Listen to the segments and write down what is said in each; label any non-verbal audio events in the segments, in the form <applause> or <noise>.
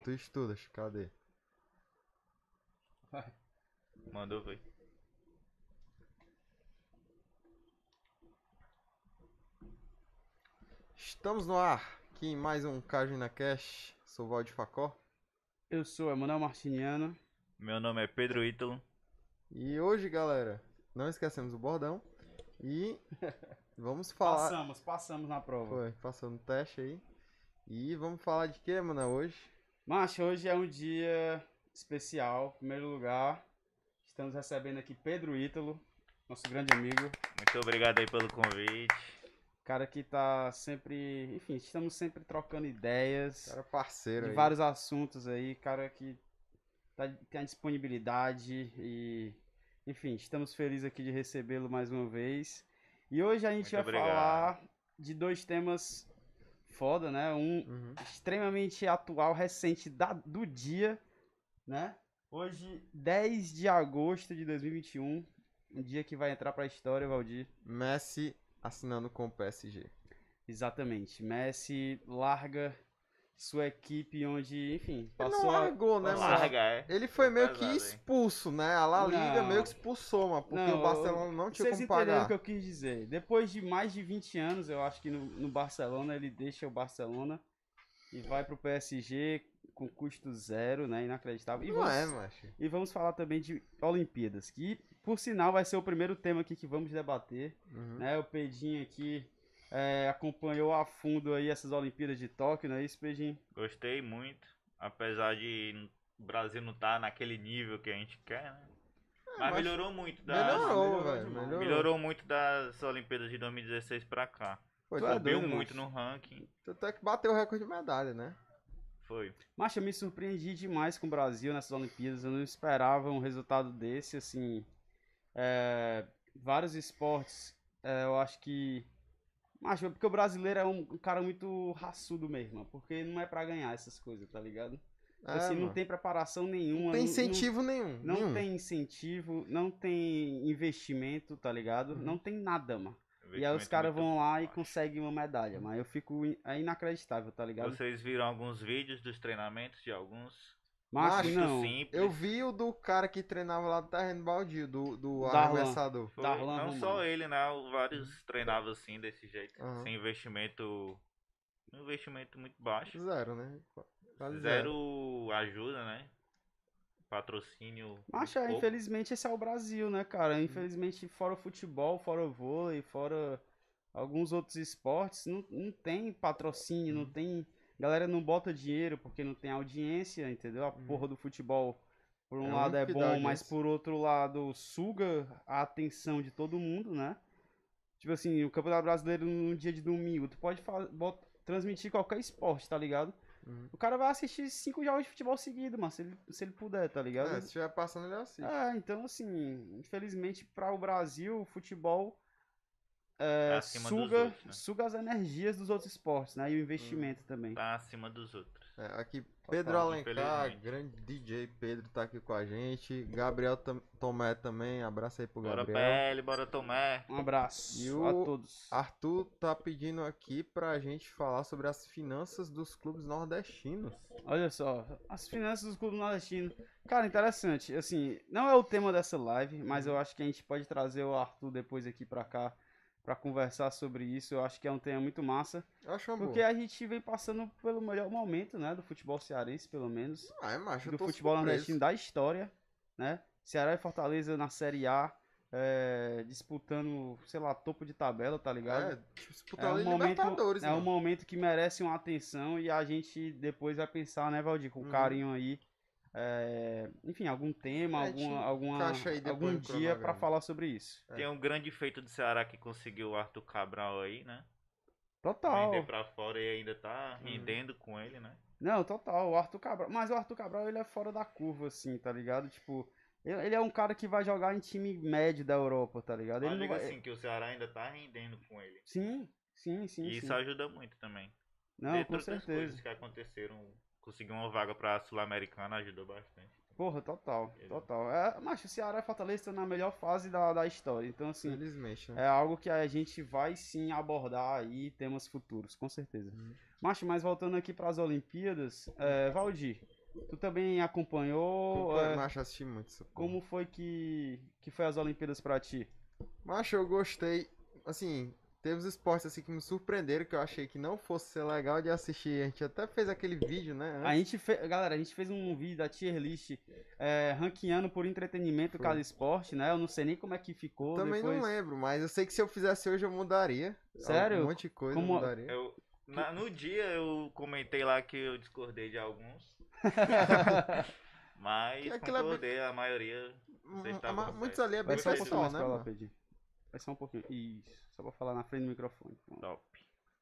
Tu estudas, cadê? Mandou ver. Estamos no ar, aqui em mais um Cajuna Cash. Sou o Valde Facó. Eu sou Emanuel Martiniano. Meu nome é Pedro Ítalo. E hoje, galera, não esquecemos o bordão. <laughs> E vamos falar. Passamos, passamos na prova. Foi, passou no teste aí. E vamos falar de que, mano, hoje? Macho, hoje é um dia especial. Em primeiro lugar, estamos recebendo aqui Pedro Ítalo, nosso grande amigo. Muito obrigado aí pelo convite. Cara que tá sempre. Enfim, estamos sempre trocando ideias Cara parceiro de aí. vários assuntos aí. Cara que tá- tem a disponibilidade e. Enfim, estamos felizes aqui de recebê-lo mais uma vez. E hoje a gente Muito vai obrigado. falar de dois temas foda, né? Um, Uhum. extremamente atual, recente da- do dia, né? Hoje, 10 de agosto de 2021, um dia que vai entrar pra história, Valdir. Messi assinando com o PSG. Exatamente. Messi larga sua equipe onde, enfim, Ele passou não a- largou, né, mano? Larga, é. Ele foi meio que Pesado, hein? expulso, né? A La Liga Não. meio que expulsou, mano, porque Não, o Barcelona não tinha Vocês como entenderam pagar. o que eu quis dizer. Depois de mais de 20 anos, eu acho que no, no Barcelona, ele deixa o Barcelona e vai pro PSG com custo zero, né? Inacreditável. E Não vamos- é, macho. E vamos falar também de Olimpíadas, que por sinal vai ser o primeiro tema aqui que vamos debater. Uhum. Né? O Pedinho aqui é, acompanhou a fundo aí essas Olimpíadas de Tóquio, não é isso, Pedinho? Gostei muito. Apesar de o Brasil não tá naquele nível que a gente quer, né? Mas mas- melhorou muito da. Melhorou, Ah, melhorou velho. demais. Melhorou. melhorou muito das Olimpíadas de 2016 pra cá. Pô, Tu é tanto- Subiu doido, muito macho. no ranking. Tanto é que bateu o recorde de medalha, né? Foi. Mas eu me surpreendi demais com o Brasil nessas Olimpíadas, eu não esperava um resultado desse, assim. é, vários esportes, é, eu acho que. Mas porque o brasileiro é um cara muito raçudo mesmo, porque não é pra ganhar essas coisas, tá ligado? É, assim, não mano. tem preparação nenhuma. Não tem não- não- incentivo nenhum. Não nenhum. tem incentivo, não tem investimento, tá ligado? Uhum. Não tem nada, mano. E aí os Investimento é caras muito vão lá e baixo. conseguem uma medalha, mas eu fico in- é inacreditável, tá ligado? Vocês viram alguns vídeos dos treinamentos de alguns? Mas Macho, Muito Ah, não, simples. Eu vi o do cara que treinava lá do terreno baldio, do, do Darlan. arremessador. Foi, Darlan Uhum. não Romano. só ele, né? o- Vários treinavam assim, desse jeito. Aham. Sem investimento. Um investimento muito baixo. Zero, né? é. Quase Zero ajuda, né? Patrocínio. um Macho, é, pouco. infelizmente esse é o Brasil, né, cara? Infelizmente, fora o futebol, fora o vôlei, fora alguns outros esportes, não, não tem patrocínio, Uhum. não tem. Galera não bota dinheiro porque não tem audiência, entendeu? A Uhum. porra do futebol, por um É o lado é único que dá bom, mas audiência. por outro lado suga a atenção de todo mundo, né? Tipo assim, o Campeonato Brasileiro no dia de domingo, tu pode fa- bota- transmitir qualquer esporte, tá ligado? Uhum. O cara vai assistir cinco jogos de futebol seguido, mano, se ele, se ele puder, tá ligado? É, se estiver passando, ele assiste. É, então assim, infelizmente para o Brasil, o futebol Tá é, acima dos suga, outros, né? suga as energias dos outros esportes, né? E o investimento também. Tá acima dos outros. É, aqui, Pedro Total, Alencar, infelizmente. grande DJ Pedro tá aqui com a gente. Gabriel Tam- Tomé também, abraço aí pro Bora Gabriel. PL, bora Tomé. Um abraço E a o- todos. Arthur tá pedindo aqui pra gente falar sobre as finanças dos clubes nordestinos. Olha só, as finanças dos clubes nordestinos. Cara, interessante. Assim, não é o tema dessa live, mas eu acho que a gente pode trazer o Arthur depois aqui pra cá pra conversar sobre isso. Eu acho que é um tema muito massa, Eu acho uma porque boa. a gente vem passando pelo melhor momento, né, do futebol cearense, pelo menos. Ah, é, macho, eu do tô futebol surpreso. nordestino da história, né? Ceará e Fortaleza na Série A, é, disputando, sei lá, topo de tabela, tá ligado? É, disputar os Libertadores, né? é um mano. momento que merece uma atenção e a gente depois vai pensar, né, Valdir, com Uhum. carinho aí. é, enfim, algum tema, É, a alguma, gente alguma, encaixa aí depois algum no dia pra cronograma. falar sobre isso. É. Tem um grande feito do Ceará que conseguiu o Arthur Cabral aí, né? Total. Vender pra fora e ainda tá Uhum. rendendo com ele, né? Não, total, o Arthur Cabral. Mas o Arthur Cabral, ele é fora da curva, assim, tá ligado? Tipo, ele ele é um cara que vai jogar em time médio da Europa, tá ligado? Ele Mas não digo vai- assim, que o Ceará ainda tá rendendo com ele. Sim, sim, sim. E sim. isso ajuda muito também. Não, Dentre com outras coisas certeza. que aconteceram, conseguir uma vaga pra Sul-Americana ajudou bastante. Porra, total, Entendeu? total. É, mas o Ceará e Fortaleza estão na melhor fase da, da história. Então, assim, Infelizmente, né? é algo que a gente vai sim abordar aí temas futuros, com certeza. Uhum. Macho, mas voltando aqui para as Olimpíadas, é, Valdir, Tu também acompanhou? Acompanha- é, Tipo, Macho, eu assisti muito essa porra. como foi que, que foi as Olimpíadas pra ti? Macho, eu gostei. Assim, teve os esportes assim que me surpreenderam, que eu achei que não fosse ser legal de assistir. A gente até fez aquele vídeo, né? antes. A gente fez, galera, a gente fez um vídeo da tier list é, ranqueando por entretenimento Foi. cada esporte, né? Eu não sei nem como é que ficou. Também depois... não lembro, mas eu sei que se eu fizesse hoje eu mudaria. Sério? Um monte de coisa eu Como- mudaria. Eu, na- no dia eu comentei lá que eu discordei de alguns, é. <laughs> mas Que aquilo é bem- concordei a maioria. Vocês Hum, estavam mas certos. Muitos ali é bem Vai só um Depois pouquinho pessoal, mais né, pra lá, mano? Pedro. Vai só um pouquinho. Isso, só pra falar na frente do microfone. Pronto. Top.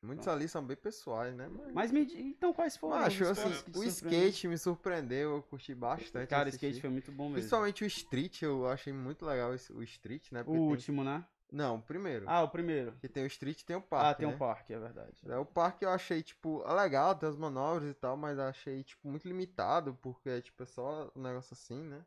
Muitos ali são bem pessoais, né? Mas, Mas me di- então quais foram Macho, os assim, esportes que te o surpreenderam? skate me surpreendeu, eu curti bastante. Cara, o assistir. skate foi muito bom mesmo. Principalmente o street, eu achei muito legal esse- o street, né? O Porque tem- último, né? Não, o primeiro. Ah, o primeiro. Porque tem o street e tem o parque. ah, tem né? um parque, é verdade. É, O parque eu achei, tipo, legal, tem as manobras e tal, mas achei, tipo, muito limitado, porque, tipo, é só um negócio assim, né?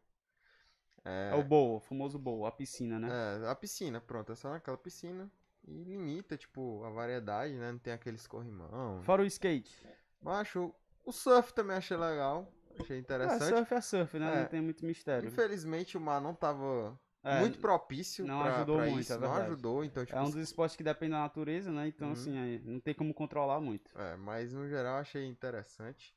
É, o bowl, o famoso bowl, a piscina, né? É, a piscina, pronto, é só naquela piscina. E limita, tipo, a variedade, né? Não tem aqueles corrimão. Fora o skate. Ah, Macho, o surf também achei legal. Achei É, interessante. surf é surf, né? É. Não tem muito mistério. Infelizmente o mar não tava É, muito propício não pra, ajudou pra muito, isso. é não verdade. ajudou, então, tipo. é um dos esportes que depende da natureza, né? Então, Uhum. assim, aí não tem como controlar muito. é, mas no geral achei interessante.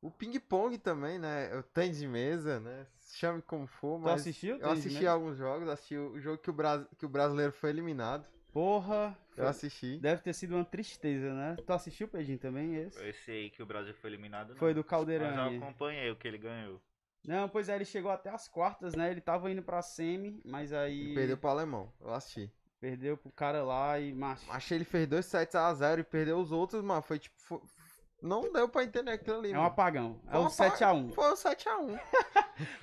O ping-pong também, né? O tênis de mesa, né? Chame como for, Tu mas. assistiu? Eu Tênis assisti mesmo? alguns jogos, assisti o jogo que o, Bras... que o brasileiro foi eliminado. Porra! Eu assisti. Deve ter sido uma tristeza, né? Tu assistiu, Pedrinho, também esse? Esse aí que o Brasil foi eliminado. Não. Foi do Mas eu Caldeirani. acompanhei o que ele ganhou. Não, pois é, ele chegou até as quartas, né? Ele tava indo pra semi, mas aí E perdeu pro alemão. Eu assisti. perdeu pro cara lá e macho. Achei ele fez dois sets a 0 e perdeu os outros, mano. Foi tipo. fo- Não deu pra entender aquilo ali, É um mano. apagão. É Foi um um apa- 7x1. Foi um 7x1.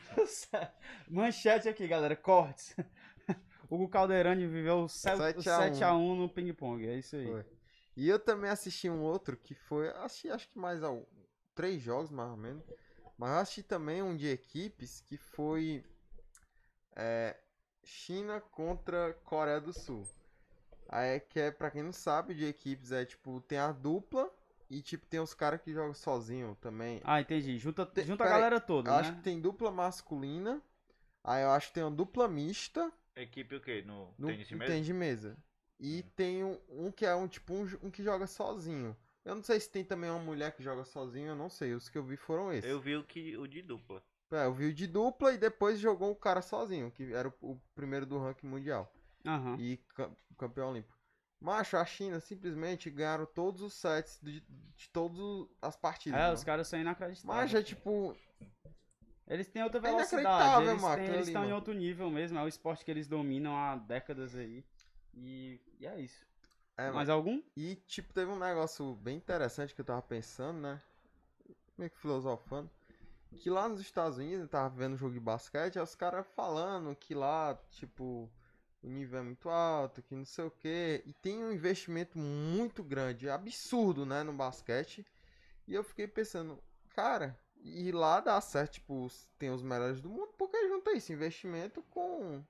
<laughs> Manchete aqui, galera. Cortes. <laughs> Hugo Calderani viveu o 7 a 1. 7x1 no ping-pong. É isso aí. Foi. E eu também assisti um outro que foi. Assisti acho que mais ao, três jogos, mais ou menos. Mas eu assisti também um de equipes que foi. é, China contra Coreia do Sul. Aí é que é, pra quem não sabe, de equipes é tipo, tem a dupla e tipo, tem os caras que jogam sozinho também. Ah, entendi. Junta, junta a Peraí, galera toda, Eu né? acho que tem dupla masculina. Aí eu acho que tem uma dupla mista Equipe o quê? No, no tênis de no mesa? tênis de mesa. E Hum. tem um, um que é um tipo um, jo- um que joga sozinho. Eu não sei se tem também uma mulher que joga sozinho, eu não sei. Os que eu vi foram esses. Eu vi o, que, o de dupla. É, eu vi o de dupla e depois jogou o cara sozinho, que era o, o primeiro do ranking mundial. Aham. E cam- campeão olímpico. Macho, a China simplesmente ganharam todos os sets de, de todas o- as partidas. É, mano. os caras são inacreditáveis. Macho, é tipo. Eles têm outra velocidade, é inacreditável, eles mano, têm- aquilo eles ali, estão em mano. outro nível mesmo. É o esporte que eles dominam há décadas aí. E, e é isso. É, mano. Mais algum? E, tipo, teve um negócio bem interessante que eu tava pensando, né? Meio que filosofando. Que lá nos Estados Unidos, eu tava vendo um jogo de basquete, aí os caras falando que lá, tipo, o nível é muito alto, que não sei o quê. E tem um investimento muito grande, absurdo, né, no basquete. E eu fiquei pensando, cara, e lá dá certo, tipo, os- tem os melhores do mundo, porque junta esse investimento com,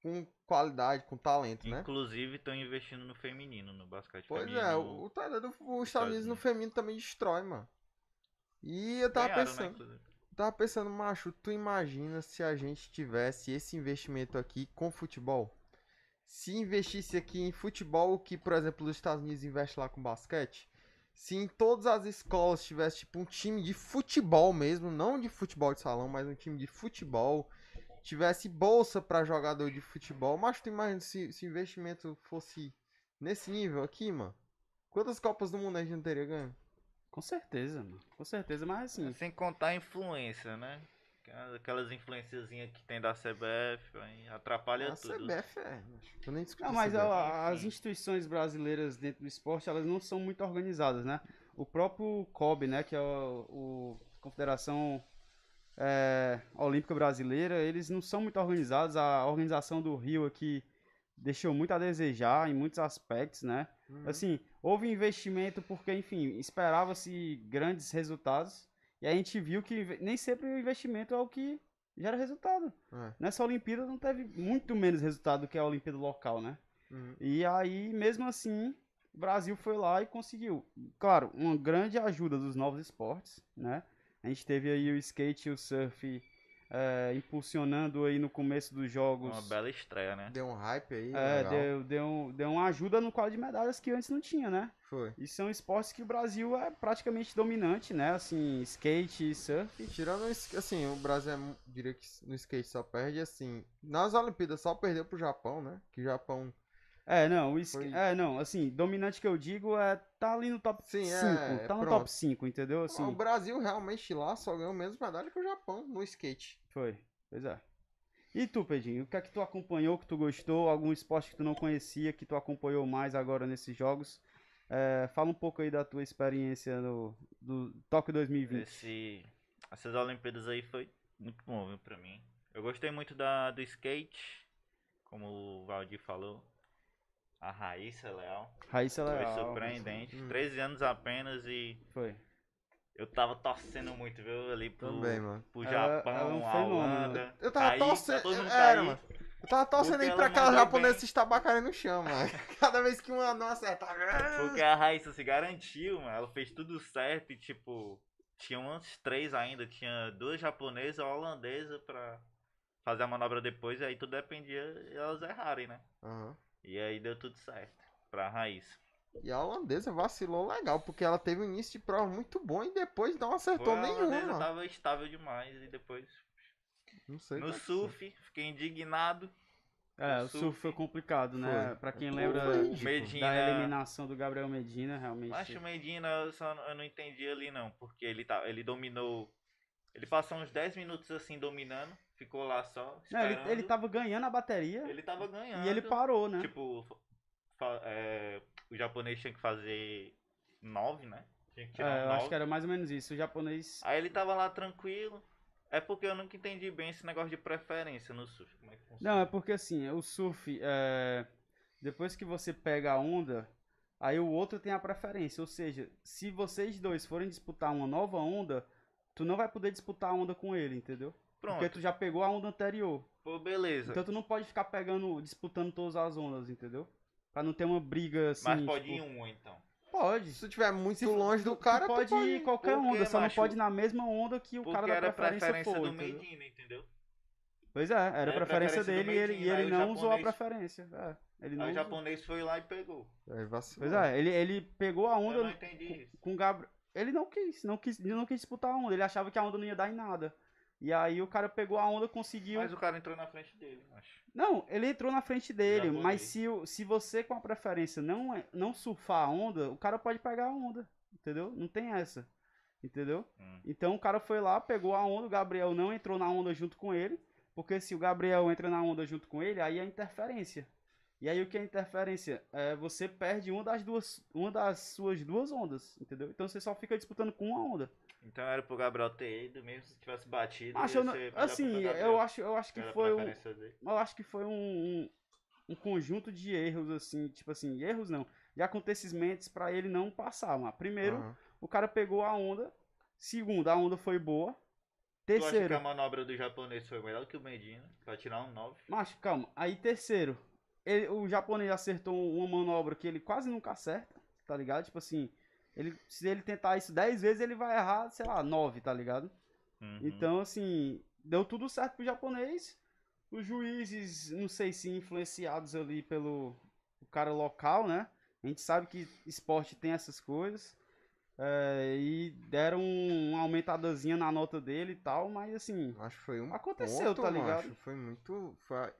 com qualidade, com talento, né? Inclusive estão investindo no feminino, no basquete Pois feminino. é, o, o, tá ligado? O Estados Unidos no Unidos. feminino também destrói, mano. E eu tava Ganharam, né, pensando, inclusive. tava pensando, macho, tu imagina se a gente tivesse esse investimento aqui com futebol? Se investisse aqui em futebol, o que, por exemplo, os Estados Unidos investe lá com basquete? Se em todas as escolas tivesse, tipo, um time de futebol mesmo, não de futebol de salão, mas um time de futebol, tivesse bolsa pra jogador de futebol, mas tu imagina se, se o investimento fosse nesse nível aqui, mano? Quantas Copas do Mundo a gente não teria ganho? Com certeza, mano. Com certeza, mas assim. Sem contar a influência, né? Aquelas- Aquelas influenciazinhas que tem da CBF, aí atrapalha a tudo. CBF é. macho, Eu nem discuti Não, mas CBF. a- as Enfim. instituições brasileiras dentro do esporte, elas não são muito organizadas, né? O próprio COB, né, que é o, o Confederação é, Olímpica Brasileira, eles não são muito organizados. A organização do Rio aqui deixou muito a desejar em muitos aspectos, né? Uhum. Assim, houve investimento porque, enfim, esperava-se grandes resultados. E a gente viu que inve- nem sempre o investimento é o que gera resultado. É. Nessa Olimpíada não teve muito menos resultado do que a Olimpíada local, né? Uhum. E aí, mesmo assim, o Brasil foi lá e conseguiu. Claro, uma grande ajuda dos novos esportes, né? A gente teve aí o skate e o surf é, impulsionando aí no começo dos jogos. Uma bela estreia, né? Deu um hype aí, É, legal. deu, deu, deu uma ajuda no quadro de medalhas que antes não tinha, né? Foi. E são esportes que o Brasil é praticamente dominante, né? Assim, skate e surf. E tirando, o sk- assim, o Brasil é, mu- diria que no skate só perde, assim, nas Olimpíadas só perdeu pro Japão, né? Que o Japão, É, não, o sk... Foi- é, não, assim, dominante que eu digo é tá ali no top Sim, 5, é, tá no pronto. top 5, entendeu? o Assim, Brasil realmente lá só ganhou menos medalha que o Japão no skate. foi. Pois é. E tu, Pedrinho, o que é que tu acompanhou, que tu gostou, algum esporte que tu não conhecia, que tu acompanhou mais agora nesses jogos? É, fala um pouco aí da tua experiência no, do Tóquio 2020. Esse, essas Olimpíadas aí foi muito bom, viu, pra mim. Eu gostei muito da, do skate, como o Valdir falou. A Raíssa Leal. Raíssa é Foi Leal. surpreendente. Hum. 13 anos apenas e Foi. eu tava torcendo muito, viu? Ali pro, Então, Também, mano. pro Ela- Japão, ela é um a fenômeno. Holanda. Eu tava Aí, torcendo- é, tá todo mundo era, aí. mano. Eu tava torcendo Porque aí pra ela aquela mandou japonesa bem. se estabacarem no chão, mano. <laughs> Cada vez que uma não né? acertava. Porque a Raíssa se garantiu, mano. Ela fez tudo certo e, tipo, tinha uns três ainda. Tinha duas japonesas, uma holandesa pra fazer a manobra depois. E aí tudo dependia de elas errarem, né? Aham. E aí deu tudo certo pra Raíssa. E a holandesa vacilou legal, porque ela teve um início de prova muito bom e depois não acertou a nenhuma. tá? holandesa tava estável demais e depois... Não sei. no como é que surf, fiquei <laughs> indignado. É, O o surf foi surf. complicado, né? Foi. Pra quem Foi lembra ridículo. O Medina... da eliminação do Gabriel Medina, realmente. Macho Medina, eu só eu não entendi ali não, porque ele, tá, ele dominou. Ele passou uns 10 minutos assim dominando, ficou lá só. Não, ele, ele esperando. tava ganhando a bateria Ele tava ganhando. e ele parou, né? Tipo, fa- é, o japonês tinha que fazer 9, né? Tinha que tirar É, um eu acho que nove. era mais ou menos isso. O japonês. Aí ele tava lá tranquilo. É porque eu nunca entendi bem esse negócio de preferência no surf. Como é que funciona? Não, é porque assim, o surf, é, depois que você pega a onda, aí o outro tem a preferência. Ou seja, se vocês dois forem disputar uma nova onda, tu não vai poder disputar a onda com ele, entendeu? Porque Pronto. tu já pegou a onda anterior. Pô, beleza. Então tu não pode ficar pegando, disputando todas as ondas, entendeu? Pra não ter uma briga assim. Mas pode ir tipo, um então. Pode. Se tu tiver muito Se- longe do cara, tu pode, ir em qualquer Por quê, onda, só não macho? pode ir na mesma onda que o Porque cara era da a preferência, preferência for, do entendeu? Medina, entendeu? Pois é, era, Era a preferência, preferência do dele e ele, Medina, e ele aí o não usou a japonês- preferência. É, ele não Aí o usou. japonês foi lá e pegou. Aí vacilou. Pois é, ele, ele pegou a Eu não onda entendi isso. com o Gabriel. Ele não quis, não quis, ele não quis disputar a onda, ele achava que a onda não ia dar em nada. E aí o cara pegou a onda, conseguiu. Mas o cara entrou na frente dele, eu acho. Não, ele entrou na frente dele, Japonês. mas se, o- se você com a preferência não, é- não surfar a onda, o cara pode pegar a onda, entendeu? Não tem essa, entendeu? Hum. Então o cara foi lá, pegou a onda, o Gabriel não entrou na onda junto com ele, porque se o Gabriel entra na onda junto com ele, aí é interferência. E aí o que é interferência? É você perde uma das duas, uma das suas duas ondas, entendeu? Então você só fica disputando com uma onda. Então era pro Gabriel ter ido, mesmo se tivesse batido. Acho, ia eu não- ser melhor pro assim, Gabriel. eu acho, eu acho que Era a foi um, preferência dele. eu acho que foi um, um, um conjunto de erros, assim, tipo assim, erros não, de acontecimentos pra ele não passar. Mas primeiro, Aham. o cara pegou a onda. Segundo, a onda foi boa. Tu acha que Terceiro, a manobra do japonês foi melhor que o Medina? Pra tirar um 9? macho, calma. Aí terceiro, ele- o japonês acertou um, uma manobra que ele quase nunca acerta, tá ligado? Tipo assim, ele, se ele tentar isso 10 vezes, ele vai errar, sei lá, 9, tá ligado? Uhum. Uhum. Então, assim, deu tudo certo pro japonês. Os juízes, não sei se influenciados ali pelo o cara local, né? A gente sabe que esporte tem essas coisas. É, e deram um- uma aumentadazinha na nota dele e tal, mas assim, Acho que foi um Aconteceu, ponto, tá ligado? macho. Foi muito... Foi...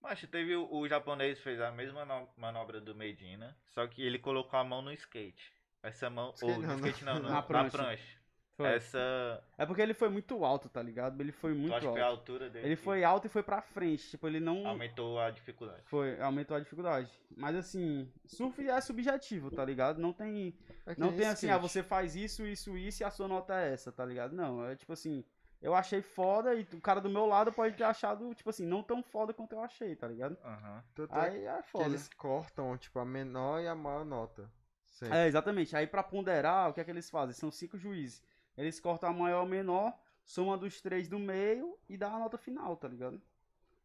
Mas teve o, o japonês fez a mesma no- manobra do Medina, só que ele colocou a mão no skate. Essa mão. Skate ou não, não. no <laughs> skate não, não, Na na prancha. prancha. foi. Essa. É porque ele foi muito alto, tá ligado? Ele foi tu muito acha alto. que a altura dele Ele que foi alto e foi pra frente, tipo, ele não aumentou a dificuldade. foi, aumentou a dificuldade. Mas assim, surf é subjetivo, tá ligado? Não tem é que Não nem tem assim, skate. ah, você faz isso, isso, isso e a sua nota é essa, tá ligado? Não, é tipo assim, eu achei foda e o cara do meu lado pode ter achado, tipo assim, não tão foda quanto eu achei, tá ligado? Aham. Tanto é Aí é que foda. eles cortam, tipo, a menor e a maior nota. Sempre. É, exatamente. Aí pra ponderar, o que é que eles fazem? São cinco juízes. Eles cortam a maior, a menor, soma dos três do meio e dá a nota final, tá ligado?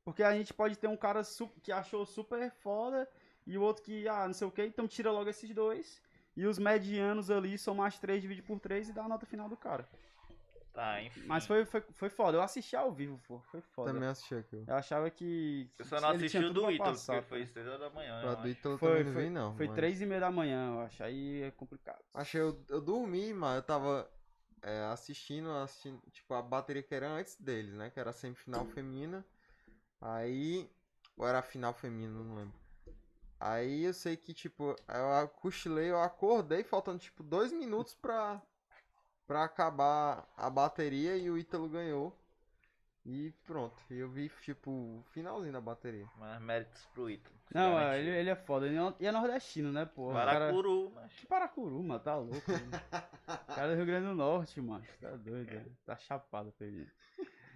Porque a gente pode ter um cara su- que achou super foda e o outro que, ah, não sei o que, então tira logo esses dois. E os medianos ali somar as três, divide por três e dá a nota final do cara. Tá, enfim. Mas foi, foi, foi foda. Eu assisti ao vivo, pô. Foi foda. Também assisti aquilo. Eu achava que. Eu só não ele assisti tinha o tudo do pra Ítalo, passar, porque pô. foi 6 horas da manhã. A eu do acho. Ítalo É, também Foi, não foi- vi, não. Foi mas- três e meia da manhã, eu acho. Aí é complicado. Achei, eu, eu dormi, mano. Eu tava é, assistindo, assistindo, tipo, a bateria que era antes deles, né? Que era a semifinal feminina. Aí. Ou era a final feminina, não lembro. Aí eu sei que, tipo, eu cochilei, eu acordei, faltando, tipo, dois minutos pra, pra acabar a bateria e o Ítalo ganhou. E pronto. E eu vi, tipo, o finalzinho da bateria. Mas méritos pro Ítalo. Não, é, garantido. ele, ele é foda. Ele é no- E é nordestino, né, pô? O cara- Paracuru, mas. Que Paracuru, mano, tá louco. Mano. O cara é do Rio Grande do Norte, mano. Tá doido, né? tá chapado, Pedrinho.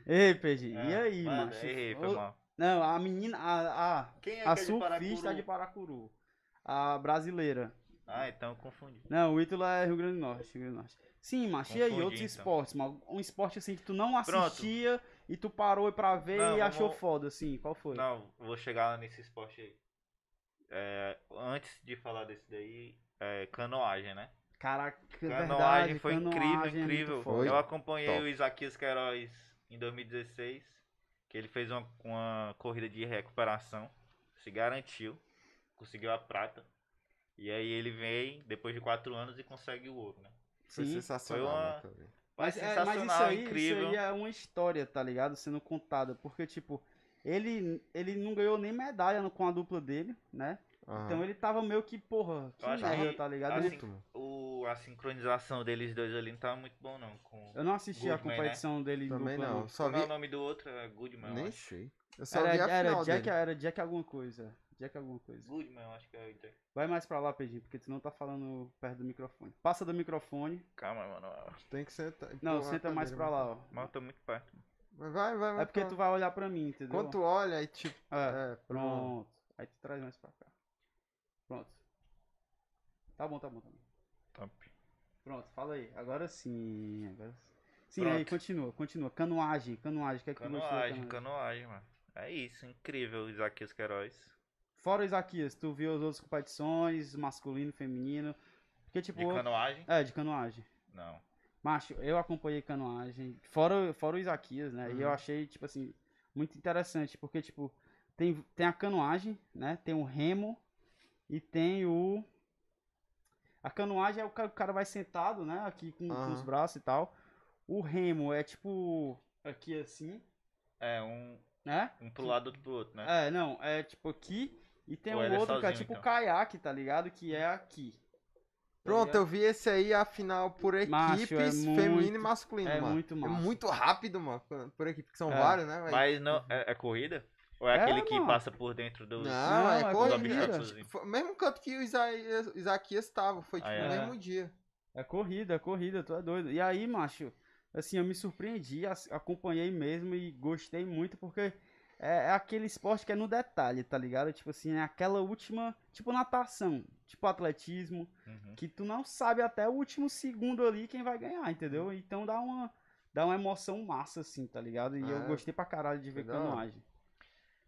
Ei, Pedrinho, e Ah, aí, mano, mano? Errei, foi mal. Não, a menina, a, a, Quem é a que é de surfista Paracuru? de Paracuru. A brasileira. Ah, então eu confundi. Não, o Ítalo é Rio Grande do Norte, Rio Grande do Norte. Sim, macho, e aí Confundi, outros então. esportes, mano? Um esporte assim que tu não Pronto. assistia e tu parou pra ver Não, e vamos- achou foda, assim, qual foi? Não, vou chegar lá nesse esporte aí. É, antes de falar desse daí, é, canoagem, né? Caraca, Canoagem É verdade, foi canoagem é incrível, muito incrível. foda. Eu acompanhei Top. o Isaquias Queiroz em 2016, que ele fez uma, uma corrida de recuperação, se garantiu, conseguiu a prata. E aí ele vem, depois de quatro anos, e consegue o ouro, né? Foi Sim. sensacional, Foi uma- né, também. Mas, é- sensacional, isso aí, incrível. Isso aí é uma história, tá ligado? Sendo contada. Porque, tipo, ele, ele não ganhou nem medalha no- com a dupla dele, né? Aham. Então ele tava meio que, porra, que Eu acho merda, que- tá ligado? assim- Ele- Muito, mano. O, a sincronização deles dois ali não tava muito bom, não. Com... Eu não assisti a Goodman, competição dele em Também dupla, não. Só Como vi. é o nome do outro? É Goodman, eu Nem acho. sei. Eu só vi a Era, era, final Jack, dele. era Jack alguma coisa. Jack alguma coisa. Goodman, eu acho que é o Jack. Vai mais pra lá, Pedrinho, porque tu não tá falando perto do microfone. Passa do microfone. Calma, mano. Tem que sentar. Não, empurrar a senta mais pra cadeira, lá, ó. Mal tô muito perto. Mas vai, vai, vai. É porque pra tu lá. vai olhar pra mim, entendeu? Quando tu olha, aí tipo. É. É, pronto. um Pronto. Aí tu traz mais pra cá. Pronto. Tá bom, tá bom, tá bom. Top. Pronto, fala aí. Agora sim. Agora... Sim, Pronto. aí continua, continua. Canoagem, canoagem. O Que é que tu gostou da Canoagem, canoagem, mano. É isso, incrível, Isaquias Queiroz. Fora o Isaquias, tu viu as outras competições, masculino, feminino. Porque, tipo. De canoagem? É, de canoagem. Não. Macho, eu acompanhei canoagem, fora, fora o Isaquias, né? Uhum. E eu achei, tipo assim, muito interessante, porque, tipo, tem, tem a canoagem, né? Tem o remo e tem o. A canoagem é o cara, o cara vai sentado, né? Aqui com, com os Aham. braços e tal. O remo é tipo. Aqui assim, É, um, né? um pro lado, outro pro outro, né? É, não, é tipo aqui. E tem Ou um ele é outro que é sozinho, tipo então? caiaque, tá ligado? Que é aqui. Tá Pronto, é ligado? eu vi esse aí, a final por equipes, Macho, é muito- feminino e masculino, é mano. muito é massa. muito rápido, mano, quando- por equipe, que são É. vários, né, velho? Mas não. É, é corrida? Ou é, É, aquele que mano. passa por dentro do. Não, Não, é é corrida. corrida. Tipo, foi o mesmo canto que o Isaías, Isaquias tava, foi tipo Ah, no é? mesmo dia. É corrida, é corrida, tu é doido. E aí, macho, assim, eu me surpreendi, as- acompanhei mesmo e gostei muito, porque é, é aquele esporte que é no detalhe, tá ligado? Tipo assim, é aquela última, tipo natação, tipo atletismo, Uhum. que tu não sabe até o último segundo ali quem vai ganhar, entendeu? Então dá uma, dá uma emoção massa, assim, tá ligado? E eu É. gostei pra caralho de ver Foi da hora. canoagem.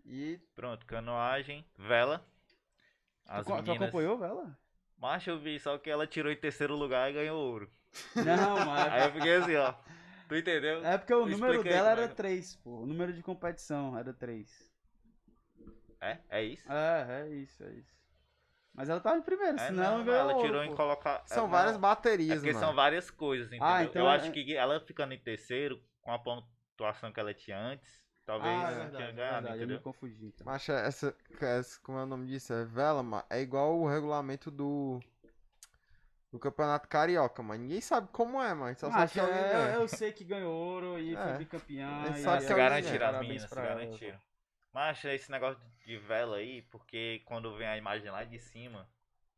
E Pronto, canoagem, vela. As tu, co- tu meninas. acompanhou, Vela? Mas eu vi, só que ela tirou em terceiro lugar e ganhou ouro. Não, mas... Aí eu fiquei <laughs> assim, ó. Tu entendeu? É porque o Me número explica <laughs> aí dela como é era que- 3, pô. O número de competição era 3. É, é isso? É, é isso, é isso. Mas ela tava em primeiro, É, senão não, ganhou ela ouro, tirou em pô. colocar. são é, várias não, É baterias, porque mano. são várias coisas, entendeu? então Eu é- acho que ela ficando em terceiro, com a pontuação que ela tinha antes, talvez Ah, é ela verdade, né, tinha é ganhado, verdade, eu me entendeu? confundi. Então. Mas é essa, essa, como é o nome disso? É vela, mano. É igual o regulamento do, do Campeonato Carioca, mano. Ninguém sabe como é, mano. Só sabe Macho, que alguém ganha. Ah, é, eu, eu sei que ganhou ouro e É. foi bicampeã. Mas e só aí que Se ela- garantiram as é. parabéns meninas, se pra ela. garantiram. Mas é esse negócio de vela aí, porque quando vem a imagem lá de cima,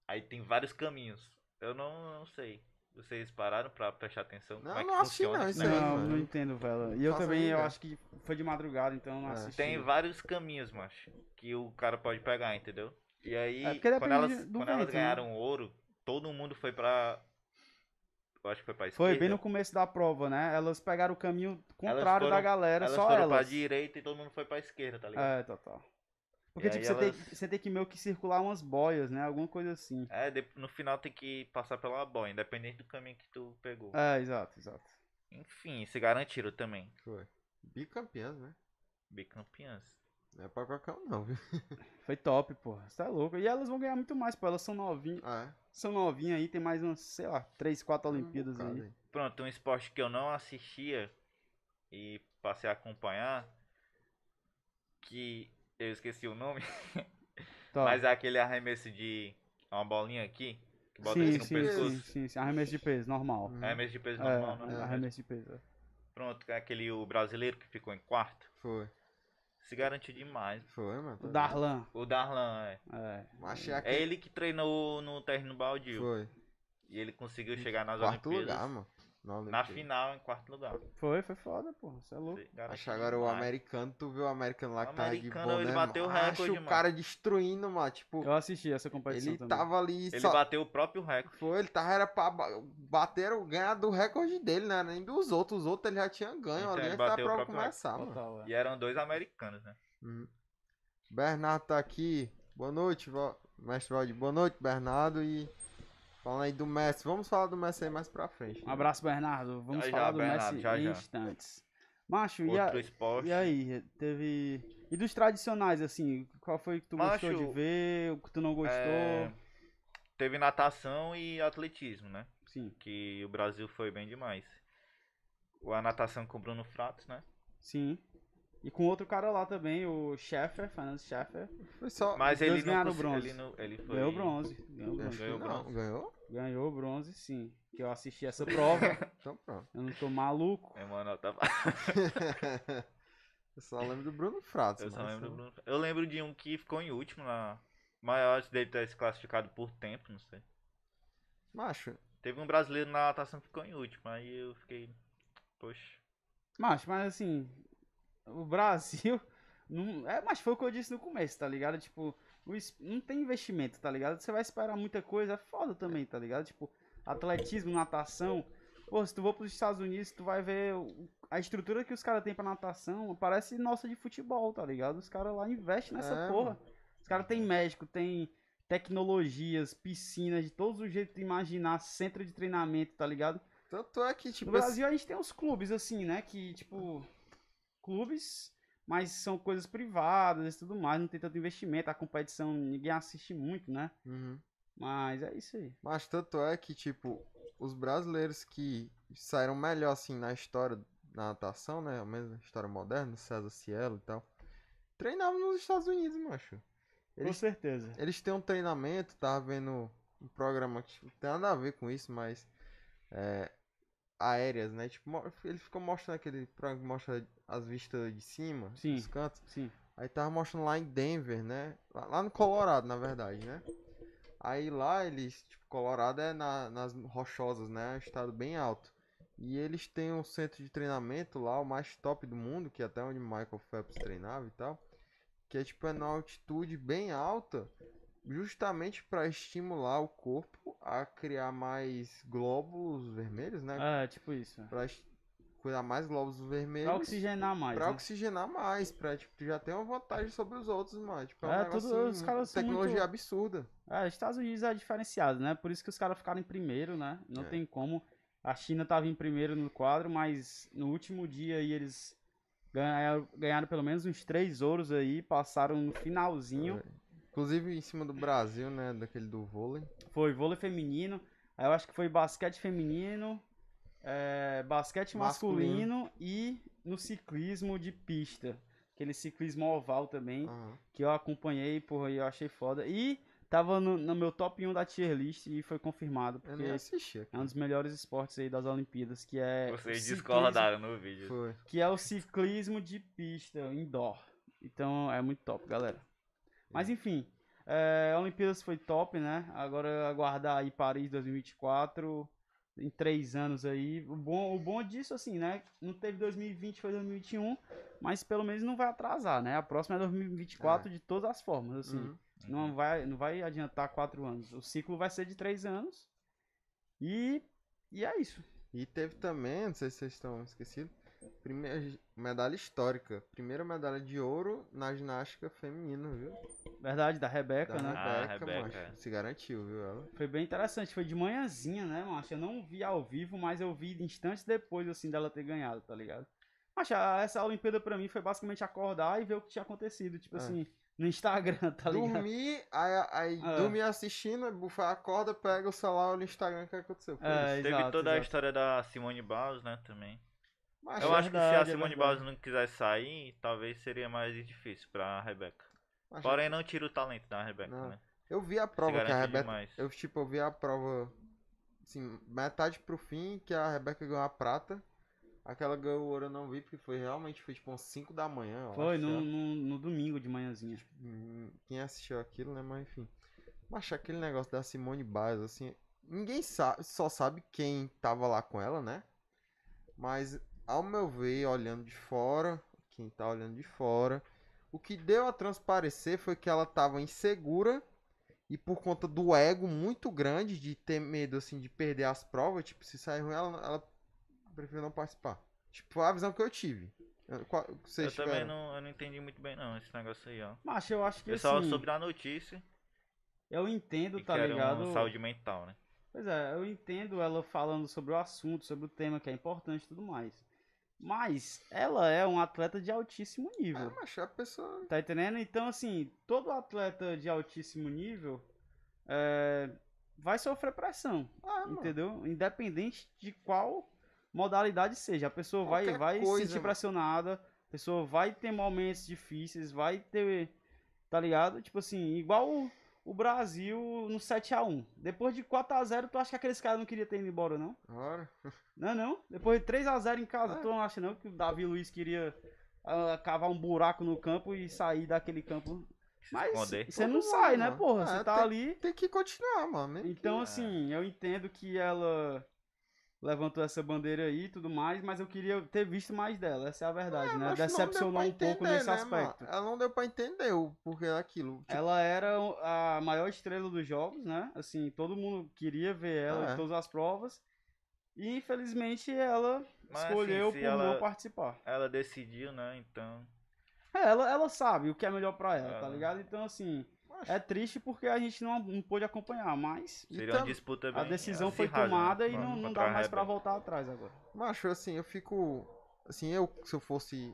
aí tem vários caminhos. Eu não, não sei. Vocês pararam pra prestar atenção? Não, como é que não assisti funciona não, esse isso aí, negócio? Não, mano. não entendo, Vela. E eu Faça também, eu ideia. acho que foi de madrugada, então eu não É. assisti. Tem vários caminhos, macho, que o cara pode pegar, entendeu? E aí, É, porque quando depende elas, do quando elas vento, né? ganharam ouro, todo mundo foi pra. Eu acho que foi pra esquerda. Foi bem no começo da prova, né? Elas pegaram o caminho contrário foram- da galera, Elas só foram pra elas. direita e todo mundo foi pra esquerda, tá ligado? É, total. Porque, E tipo, aí você, tem, elas- você tem que meio que circular umas boias, né? Alguma coisa assim. É, de- no final tem que passar pela boia, independente do caminho que tu pegou. É, exato, exato. Enfim, se garantiram também. Foi. Bicampeãs, né? Bicampeãs. Não é pra qualquer um, não, viu? Foi top, porra. Você tá louco. E elas vão ganhar muito mais, pô. Elas são novinhas. Ah, é. São novinhas aí, tem mais umas, sei lá, três, quatro Um Olimpíadas bocado aí. aí. Pronto, um esporte que eu não assistia e passei a acompanhar. Que eu esqueci o nome. Top. Mas é aquele arremesso de é uma bolinha aqui, que bota sim, aqui no sim, pescoço. sim, sim, sim. Arremesso de peso, normal. Uhum. Arremesso de peso É, normal, é, né? arremesso de peso. é. Pronto, aquele o brasileiro que ficou em quarto. Foi. Se garantiu demais. Foi, mano. tá O Darlan. O Darlan, é. É. vendo? Achei aqui. É ele que treinou no terreno baldio. Foi. E ele conseguiu chegar nas Quarto Olimpíadas. lugar, mano. Na, Na Olimpíada. final, em quarto lugar. Foi, foi foda, porra. Você é louco. Se garantiu Acho que agora o demais. americano, tu viu o americano lá O que tava de americano, boné, ele bateu o mano. recorde, Acho mano. o cara destruindo, mano. Tipo, Eu assisti essa competição ele também. tava ali Ele só... bateu o próprio recorde. Foi, ele tava, era pra ba- bater o ganhar do recorde dele, né? Nem dos outros. Os outros ele já tinha ganho Então, ali ele antes da bateu o prova próprio recorde. começar, mano. Total, é. né? E eram dois americanos, né? Uhum. Bernardo tá aqui. Boa noite, Val- mestre Valdir. Boa noite, Bernardo. E falando aí do Messi. Vamos falar do Messi aí mais pra frente. Ah, Um abraço, Bernardo. Vamos é. Já, já, falar do Bernardo, Messi já, em já. instantes. Macho, e, a- Outro esporte. e aí? Teve. E dos tradicionais, assim, qual foi que tu gostou Macho, de ver? O que tu não gostou? É, Teve natação e atletismo, né? Sim, Que o Brasil foi bem demais. A natação com o Bruno Fratos, né? sim. E com outro cara lá também, o Sheffer, Fernando Sheffer. Foi só. Mas Os dois ele não, ganharam consegui- bronze. ele não ele foi Ganhou bronze. Ganhou Acho bronze. que Ganhou não. bronze. Ganhou? Ganhou bronze, sim. Que eu assisti essa prova. <laughs> Então pronto. eu não tô maluco. Emanuel tava- Eu só lembro do Bruno Fratos. Eu só mas lembro do só- Bruno Fratos. Eu lembro de um que ficou em último na. Mas eu acho que deve ter se classificado por tempo, não sei. Macho, Teve um brasileiro na natação que ficou em último, aí eu fiquei. Poxa. Macho, mas assim, o Brasil. <laughs> Não, é, mas foi o que eu disse no começo, tá ligado? Tipo, o es- não tem investimento, tá ligado? Você vai esperar muita coisa, é foda também, tá ligado? Tipo, atletismo, natação. Pô, se tu for pros Estados Unidos, tu vai ver o- a estrutura que os caras têm pra natação. Parece nossa de futebol, tá ligado? Os caras lá investem nessa É, porra. Os caras têm médico, tem tecnologias, piscinas, de todos os jeitos de imaginar, centro de treinamento, tá ligado? tanto é que, No tipo, esse- Brasil a gente tem uns clubes assim, né? Que, tipo, clubes, mas são coisas privadas e tudo mais, não tem tanto investimento, a competição ninguém assiste muito, né? Uhum. Mas é isso aí. Mas tanto é que, tipo, os brasileiros que saíram melhor, assim, na história da natação, né? Ao menos na história moderna, César Cielo e tal, treinavam nos Estados Unidos, macho. Com Eles- certeza. Eles têm um treinamento, tava vendo um programa que não tem nada a ver com isso, mas é, aéreas, né? Tipo, mo- ele ficou mostrando aquele programa que mostra as vistas de cima, Sim. dos cantos. Sim. Aí tava mostrando lá em Denver, né? Lá, lá no Colorado, na verdade, né? Aí lá eles, tipo, Colorado é na- nas rochosas, né? É um estado bem alto. E eles têm um centro de treinamento lá, o mais top do mundo, que é até onde Michael Phelps treinava e tal. Que é tipo, é numa altitude bem alta, justamente para estimular o corpo a criar mais glóbulos vermelhos, né? É, tipo isso. Pra es- criar mais glóbulos vermelhos. Pra oxigenar mais. Pra né? oxigenar mais, pra tipo, tu já ter uma vantagem sobre os outros, mano. Tipo, é, É, um tudo- negócio, os caras são tecnologia muito- absurda. É, os Estados Unidos é diferenciado, né? Por isso que os caras ficaram em primeiro, né? Não É. tem como. A China tava em primeiro no quadro, mas no último dia aí eles ganharam, ganharam pelo menos uns três ouros aí, passaram no finalzinho. Inclusive em cima do Brasil, né? Daquele do vôlei. Foi vôlei feminino, aí eu acho que foi basquete feminino, é, basquete masculino, Masculino. e no ciclismo de pista. Aquele ciclismo oval também, Aham. que eu acompanhei, porra, e eu achei foda. E tava no, no meu top 1 da tier list e foi confirmado, Eu porque nem assisti aqui. é um dos melhores esportes aí das Olimpíadas, que é. o Vocês ciclismo- discordaram no vídeo. Foi. Que é o ciclismo de pista, indoor. Então é muito top, galera. Mas enfim, é, a Olimpíadas foi top, né? Agora aguardar aí Paris 2024, em três anos aí. O bom, o bom disso, assim, né? Não teve 2020, foi 2021, mas pelo menos não vai atrasar, né? A próxima é 2024 de todas as formas, assim. Uhum. Não vai, não vai adiantar quatro anos. O ciclo vai ser de três anos. E, e é isso. E teve também, não sei se vocês estão esquecidos, primeira medalha histórica. Primeira medalha de ouro na ginástica feminina, viu? Verdade, da Rebeca, Da né? Ah, Rebeca, Rebeca. macho. Se garantiu, viu ela? Foi bem interessante, foi de manhãzinha, né, macho? Eu não vi ao vivo, mas eu vi instantes depois, assim, dela ter ganhado, tá ligado? Macho, a- essa Olimpíada pra mim foi basicamente acordar e ver o que tinha acontecido, tipo É. assim, no Instagram, <laughs> tá ligado? Dormir, aí, aí É. dormir assistindo, aí bufar a corda, pega o celular, olha o Instagram, o que aconteceu? Foi É, isso. <laughs> Teve exato, toda a exato. história da Simone Biles, né, também. Mas Eu é acho que se a verdade, é Simone verdade. Biles não quisesse sair, talvez seria mais difícil pra Rebeca. mas Porém, não tira o talento da Rebeca, Não. né? eu vi a Se prova que a garante Rebeca. demais. Eu, tipo, eu vi a prova, assim, metade pro fim, que a Rebeca ganhou a prata. Aquela ganhou o ouro eu não vi, porque foi realmente, foi tipo umas 5 da manhã, eu Foi acho, no, né? no, no domingo de manhãzinha. Hum, Quem assistiu aquilo, né? Mas enfim. Mas aquele negócio da Simone Biles, assim, ninguém sabe, só sabe quem tava lá com ela, né? Mas, ao meu ver, olhando de fora, quem tá olhando de fora, o que deu a transparecer foi que ela tava insegura e por conta do ego muito grande de ter medo, assim, de perder as provas, tipo, se sair ruim, ela, ela preferiu não participar. Tipo, foi a visão que eu tive. Eu- qual- Eu Vocês também tiveram? não, eu não entendi muito bem, não, esse negócio aí, ó. Macho, eu acho que Eu só assim, soube da notícia eu entendo, e tá que era ligado? um saúde mental, né? Pois é, eu entendo ela falando sobre o assunto, sobre o tema que é importante e tudo mais. Mas ela é um atleta de altíssimo nível. É, mas a pessoa Tá entendendo? Então, assim, todo atleta de altíssimo nível é, vai sofrer pressão, Ah, mano. entendeu? Independente de qual modalidade seja. A pessoa vai, Qualquer vai se coisa, sentir mano. pressionada, a pessoa vai ter momentos difíceis, vai ter. Tá ligado? Tipo assim, igual o, o Brasil no 7x1. Depois de 4x0, tu acha que aqueles caras não queriam ter ido embora, não? Ora, Não, é não. Depois de 3x0 em casa, É. tu não acha não que o Davi Luiz queria ah, cavar um buraco no campo e sair daquele campo. Se Mas esconder. você não Todo sai, mundo, né, mano. porra? É, você tá tem- ali. tem que continuar, mano. né? mesmo que- Então, é. assim, eu entendo que ela levantou essa bandeira aí e tudo mais, mas eu queria ter visto mais dela. Essa é a verdade, É, né? mas não deu Decepcionou pra um pouco entender, nesse né, aspecto. mano? Ela não deu pra entender o porquê daquilo. Tipo, É, Ela era o- a maior estrela dos jogos, né? Assim, todo mundo queria ver ela Ah, em é. todas as provas. E infelizmente ela Mas, assim, escolheu se por não ela- participar. Ela decidiu, né? Então. É, ela, ela sabe o que é melhor pra ela, tá Ah. ligado? Então, assim, Mas- é triste porque a gente não, não pôde acompanhar, mas E Seria uma tam- disputa bem Então, a decisão foi acirrada, né, tomada e pra- não, não contra dá a mais pra Rebeca. voltar atrás agora. Macho, assim, eu fico. Assim, eu, se eu fosse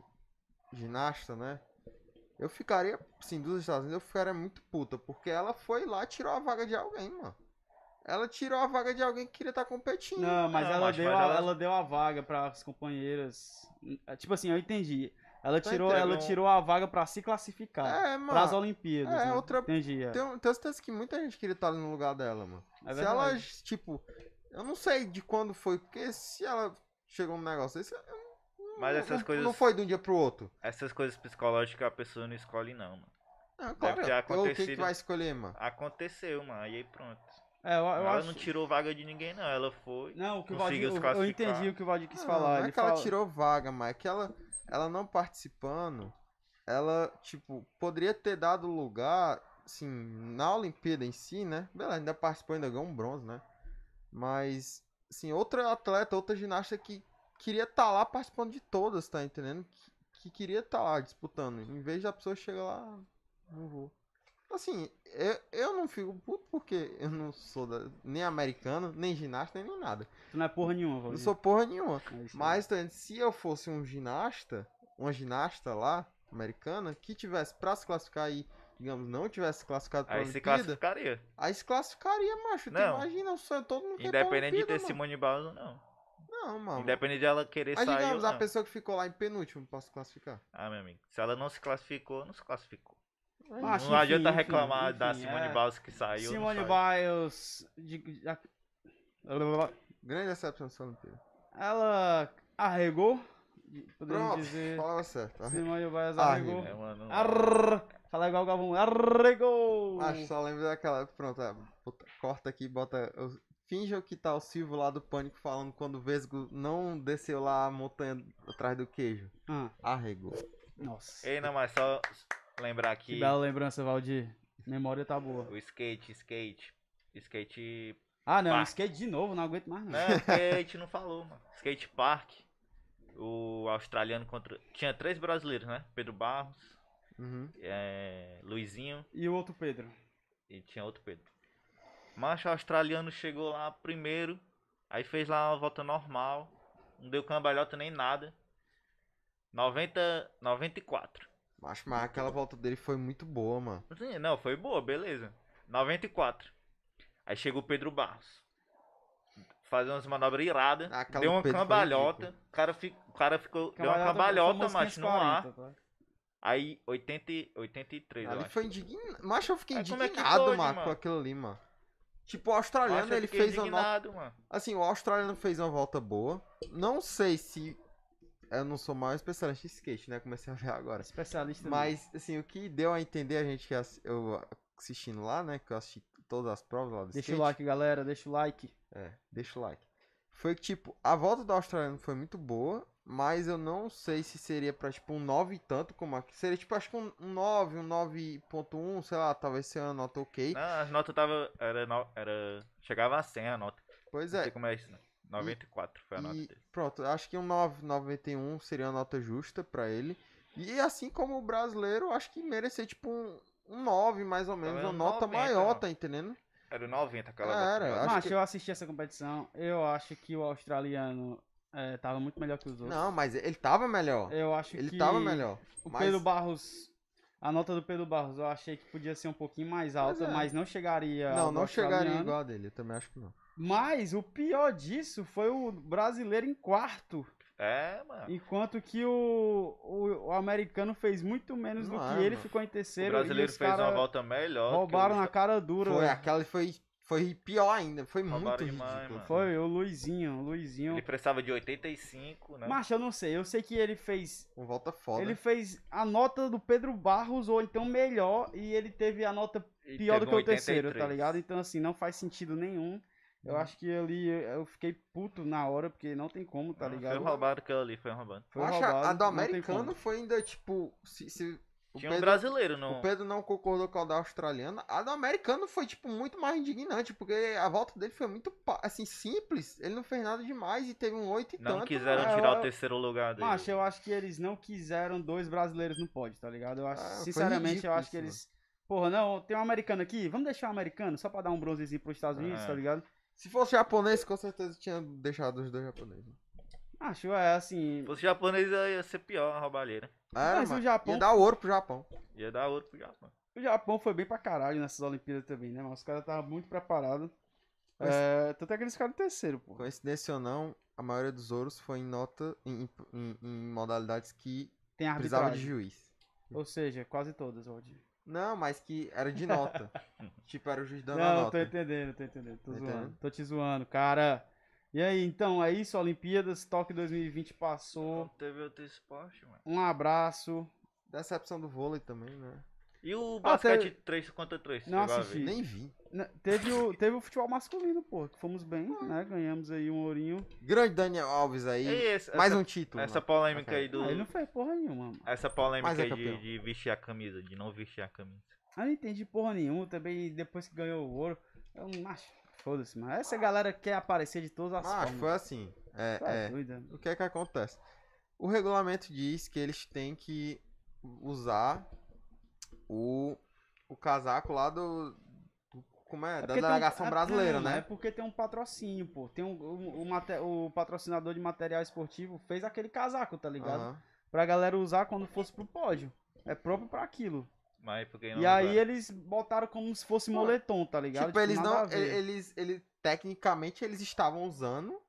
ginasta, né? Eu ficaria, assim, dos Estados Unidos, eu ficaria muito puta, porque ela foi lá e tirou a vaga de alguém, mano. Ela tirou a vaga de alguém que queria estar competindo. Não, mas, Não, ela, macho, deu mas a, ela- ela deu a vaga pras companheiras. É, Tipo assim, eu entendi. Ela Tá, tirou, entregou ela um- tirou a vaga pra se classificar. É, Pras mano. Olimpíadas. É, né? outra- Entendi. É. Tenho, tenho certeza que muita gente queria estar ali no lugar dela, mano. É se ela, verdade. tipo, eu não sei de quando foi, porque se ela chegou num negócio desse, eu não- Mas essas não, coisas- Não foi de um dia pro outro. Essas coisas psicológicas a pessoa não escolhe, não, mano. Não, É, claro, ter eu- o que, que É, acontecido. vai escolher, mano? Aconteceu, mano. E aí pronto. É, eu, eu ela acho. não tirou vaga de ninguém, não. Ela foi. Não, o que o Valdir. conseguiu Eu, se eu classificar. Ah, entendi o que o Valdir quis Não, falar. Não ele é que ela fala- tirou vaga, mas é que ela, ela não participando, ela, tipo, poderia ter dado lugar, assim, na Olimpíada em si, né? Beleza, ainda participou, ainda ganhou um bronze, né? Mas, assim, outra atleta, outra ginasta que queria estar lá participando de todas, tá entendendo? Que, que queria estar lá disputando. Em vez da pessoa chegar lá, não vou. Assim, eu, eu não fico puto porque eu não sou da- nem americano, nem ginasta, nem nada. Tu não é porra nenhuma, Valdir. Não sou porra nenhuma. É isso aí. Mas, Tony, se eu fosse um ginasta, uma ginasta lá, americana, que tivesse pra se classificar e, digamos, não tivesse classificado Tá pra Aí se Olimpíada, classificaria. aí se classificaria, macho. Tu Não. imagina o sonho é todo mundo quer tá ir pra Independente de ter Olimpíada, Simone Biles ou não. mano. Não, mano. Independente de ela querer Mas, sair digamos, ou a não. pessoa que ficou lá em penúltimo pra se classificar. Ah, meu amigo. Se ela não se classificou, não se classificou. Ah, não enfim, adianta enfim, reclamar da enfim, Simone é. Biles que saiu. ou Simone não saiu. Biles. de- de- a- Grande decepção dessa Olimpíada. ela arregou. Podemos Pronto, Ah, dizer. falava certo. Simone Biles Arregou. arregou. É, mano. não- Arr, fala igual o Galvão. Arregou! Acho só lembro daquela. Pronto, é, puta, corta aqui, bota. eu- Finja que tá o Silvio lá do Pânico falando quando o Vesgo não desceu lá a montanha atrás do queijo. Ah, Arregou. nossa. Ei, não, mas só lembrar que É que bela lembrança, Valdir. Memória tá boa. o skate, skate. Skate. Ah, não, Pá. Né? skate de novo, não aguento mais não. Não, skate não falou, mano. Skate Park. O australiano contra. Tinha três brasileiros, né? Pedro Barros, Uhum. é, Luizinho E o outro Pedro. e tinha outro Pedro. Mas o australiano chegou lá primeiro, aí fez lá uma volta normal, não deu cambalhota nem nada. 90, 94. Mas, mas aquela volta dele foi muito boa, mano. Assim, não, foi boa, beleza. 94. Aí chega o Pedro Barros. Fazer umas manobras iradas. Ah, Aquela deu do uma Pedro foi cambalhota. O cara, fi- o cara ficou. deu uma cambalhota, famoso macho, no ar. 540, tá? Aí, 80, e- 83, eu Ali acho. foi indignado. Mas eu fiquei Mas como é que indignado, pode, mano, com mano? aquilo ali, mano. Tipo, o Macho, eu australiano, ele fiquei fez uma nota. indignado, mano. Assim, o australiano fez uma volta boa. Não sei se. Eu não sou mais especialista em skate, né? Comecei a ver agora. Especialista Mas, assim, o que deu a entender a gente que ass- eu assistindo lá, né? Que eu assisti todas as provas lá do Deixa o skate. like, galera, deixa o like. É, deixa o like. Foi que, tipo, a volta do australiano foi muito boa, mas eu não sei se seria pra, tipo, um 9 e tanto como aqui. Seria, tipo, acho que um um 9, um 9.1, sei lá, talvez seja uma nota ok. Não, as notas tava. Era, no- era. Chegava a 100 a nota. Pois Não é, sei como é isso, né? 94 foi a nota E dele. pronto, acho que um 991 seria uma nota justa pra ele. E assim como o brasileiro, acho que merecia tipo um, um 9 mais ou menos, uma menos nota 90, maior, mano. tá entendendo? Era 90 aquela Ah, Era, nota. acho Macho, que- eu assisti essa competição. Eu acho que o australiano é, tava muito melhor que os outros. Não, mas ele tava melhor. Eu acho ele que tava melhor. O mas- Pedro Barros. A nota do Pedro Barros eu achei que podia ser um pouquinho mais alta, é. mas não chegaria. ao não, do não chegaria australiano. igual a dele, eu também acho que não. Mas o pior disso foi o brasileiro em quarto. É, mano. Enquanto que o, o, o americano fez muito menos do Não que é, ele, mano. ficou em terceiro. e O brasileiro os fez uma cara volta melhor. que o Roubaram na cara dura. Foi, velho. aquela foi, foi pior ainda, foi Roubaram muito demais, ridículo. assim. mano. Foi o Luizinho. O Luizinho. Ele precisava de 85, né? Macho, eu não sei. Eu sei que ele fez. Uma volta foda. Ele fez a nota do Pedro Barros, ou então melhor, e ele teve a nota E pior do que teve o um terceiro, tá 83. ligado? Então, assim, não faz sentido nenhum. Uhum. Eu acho que ali eu fiquei puto na hora, porque não tem como, tá Não, ligado? Ah, Foi roubado aquilo ali, foi roubado. Foi Acho roubado, a do não tem americano como. foi ainda, tipo, se, se o Tinha um Pedro- brasileiro no. O Pedro não concordou com a da australiana. A da americana foi, tipo, muito mais indignante, porque a volta dele foi muito, pa- assim, simples. Ele não fez nada demais e teve um oito e Não tanto. quiseram mano. tirar Eu- o terceiro lugar dele. Macho, eu acho que eles não quiseram dois brasileiros no pódio, tá ligado? Eu acho, Ah, foi sinceramente, eu ridículo acho que isso, eles. Porra, não, tem um americano aqui, vamos deixar um americano só pra dar um bronzezinho pros Estados Unidos, É. tá ligado? Se fosse japonês, com certeza tinha deixado os dois japoneses. Acho, é assim. Se fosse japonês, ia ser pior a roubalheira. Era, Mas o mano. Japão- Ia dar ouro pro Japão. Ia dar outro pro Japão. O Japão foi bem pra caralho nessas Olimpíadas também, né? Mas os caras estavam muito preparados. Mas- É, tanto é que eles ficaram em terceiro, pô. Coincidência ou não, a maioria dos ouros foi em nota, em, em- em modalidades que Tem precisava de arbitragem. juiz. Ou seja, quase todas, Valdir. Não, mas que era de nota. <laughs> tipo, era o juiz dando a Não, tô nota. entendendo, tô entendendo. Tô Tá zoando. entendendo? Tô te zoando, cara. E aí, então, é isso, Olimpíadas. Toque 2020 Não passou. teve outro esporte, mano. Um abraço. Decepção do vôlei também, né? E o Ah, basquete teve- 3 contra 3? Não chegou a assisti. ver? Nem vi. Né, Teve o, teve o futebol masculino, pô. Que fomos bem, Ah. né? Ganhamos aí um ourinho. Grande Daniel Alves aí. E esse- Mais essa, um título. essa né? polêmica Ok. aí do. Aí não fez porra nenhuma, mano. Essa Mas é polêmica aí campeão. de, de vestir a camisa, de não vestir a camisa. Eu não entendi porra nenhuma também. Depois que ganhou o ouro, eu não acho. Foda-se, mano. Essa galera quer aparecer de todas as Mas formas. Ah. foi assim. É, Tá é. doida. O que é que acontece? O regulamento diz que eles têm que usar o, o casaco lá do, do- como é, da porque tem um- delegação é- brasileira, não, É né? porque tem um patrocínio, pô. Tem um, um- um mate- o patrocinador de material esportivo fez aquele casaco, tá ligado? Aham. Pra galera usar quando fosse pro pódio. É próprio pra aquilo. Mas porque não. é. E aí é usaram. eles botaram como se fosse moletom, tá ligado? Tipo, eles nada a não, ver. ele- eles, ele tecnicamente eles estavam usando,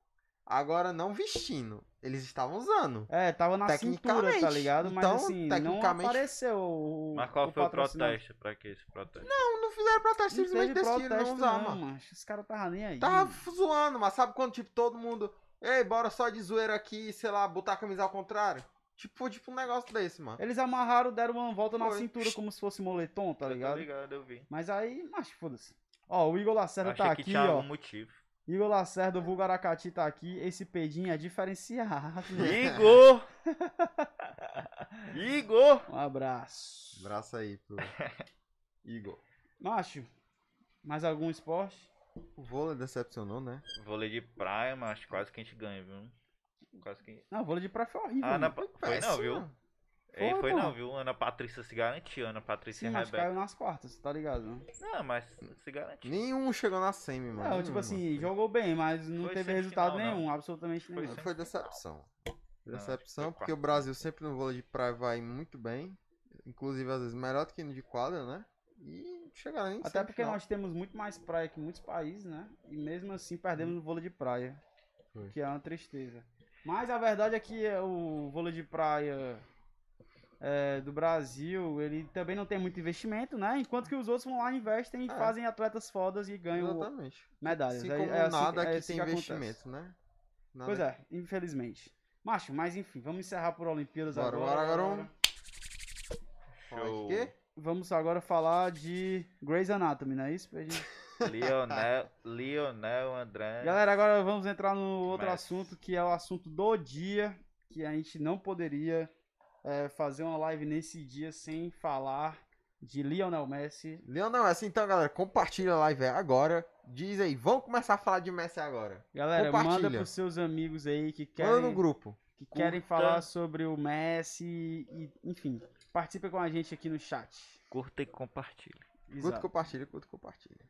agora não vestindo, eles estavam usando. É, tava na cintura, tá Tecnicamente. ligado? Mas Então, assim, tecnicamente- não apareceu o Mas qual o foi o patrocinador. protesto? Pra que esse protesto? Não, não fizeram protesto, Não simplesmente teve decidiram não protesto usar, não, mano. macho. Os caras tava nem aí. Tava zoando, mas sabe quando, tipo, todo mundo. Ei, bora só de zoeira aqui, sei lá, botar a camisa ao contrário? Tipo, tipo um negócio desse, mano. Eles amarraram, deram uma volta na Foi. cintura como se fosse moletom, tá Eu tô ligado? ligado, eu vi. Mas aí, macho, foda-se. Ó, o Igor Lacerda Achei tá que aqui, tinha um- ó. algum motivo. Igor Lacerda, o Vulgaracati tá aqui. Esse pedinho é diferenciado. <laughs> Igor! Igor! um abraço. Abraço aí pro <laughs> Igor. Macho, mais algum esporte? O vôlei decepcionou, né? Vôlei de praia, mas quase que a gente ganha, viu? Quase que. Não, vôlei de praia foi horrível. Ah, na... mano. foi não, viu? Ei, Foi, Foi, pô. não, viu? Ana Patrícia se garantiu, Ana Sim, Patrícia e mas Rebeca. caiu nas quartas, tá ligado? Né? Não, mas se garantiu. Nenhum chegou na semi, mano. Não, nenhum, tipo mano. assim, jogou bem, mas não Foi teve semifinal, resultado não. nenhum, absolutamente Foi nenhum. sem- Foi decepção. é. Não, acho Decepção, que foi porque o quarto. Brasil sempre no vôlei de praia vai muito bem. Inclusive, às vezes, melhor do que no de quadra, né? E chegaram nem Até porque é semifinal. nós temos muito mais praia que muitos países, né? E mesmo assim perdemos no vôlei de praia, Hum. Foi. que é uma tristeza. Mas a verdade é que o vôlei de praia é, do Brasil, ele também não tem muito investimento, né? Enquanto que os outros vão lá, investem e É. fazem atletas fodas e ganham Exatamente. medalhas. Assim É- como é assim- nada é aqui assim tem que acontece. investimento, né? Nada Pois é, infelizmente. Macho, mas enfim, vamos encerrar por Olimpíadas Bora, agora. bora, galera. bora. Show. quê? Vamos agora falar de Grey's Anatomy, não é isso? Pra gente- <laughs> Lionel, Lionel André. Galera, agora vamos entrar no outro Mas- assunto, que é o assunto do dia, que a gente não poderia é, fazer uma live nesse dia sem falar de Lionel Messi. Leonel, assim então, galera, compartilha a live aí agora. Diz aí, vamos começar a falar de Messi agora. Galera, manda Compartilha. pros seus amigos aí que Manda no querem, grupo. que querem Curta. falar sobre o Messi, e, enfim, participe com a gente aqui no chat. Curta e compartilha. Curta, Exato. compartilha, curta, compartilha.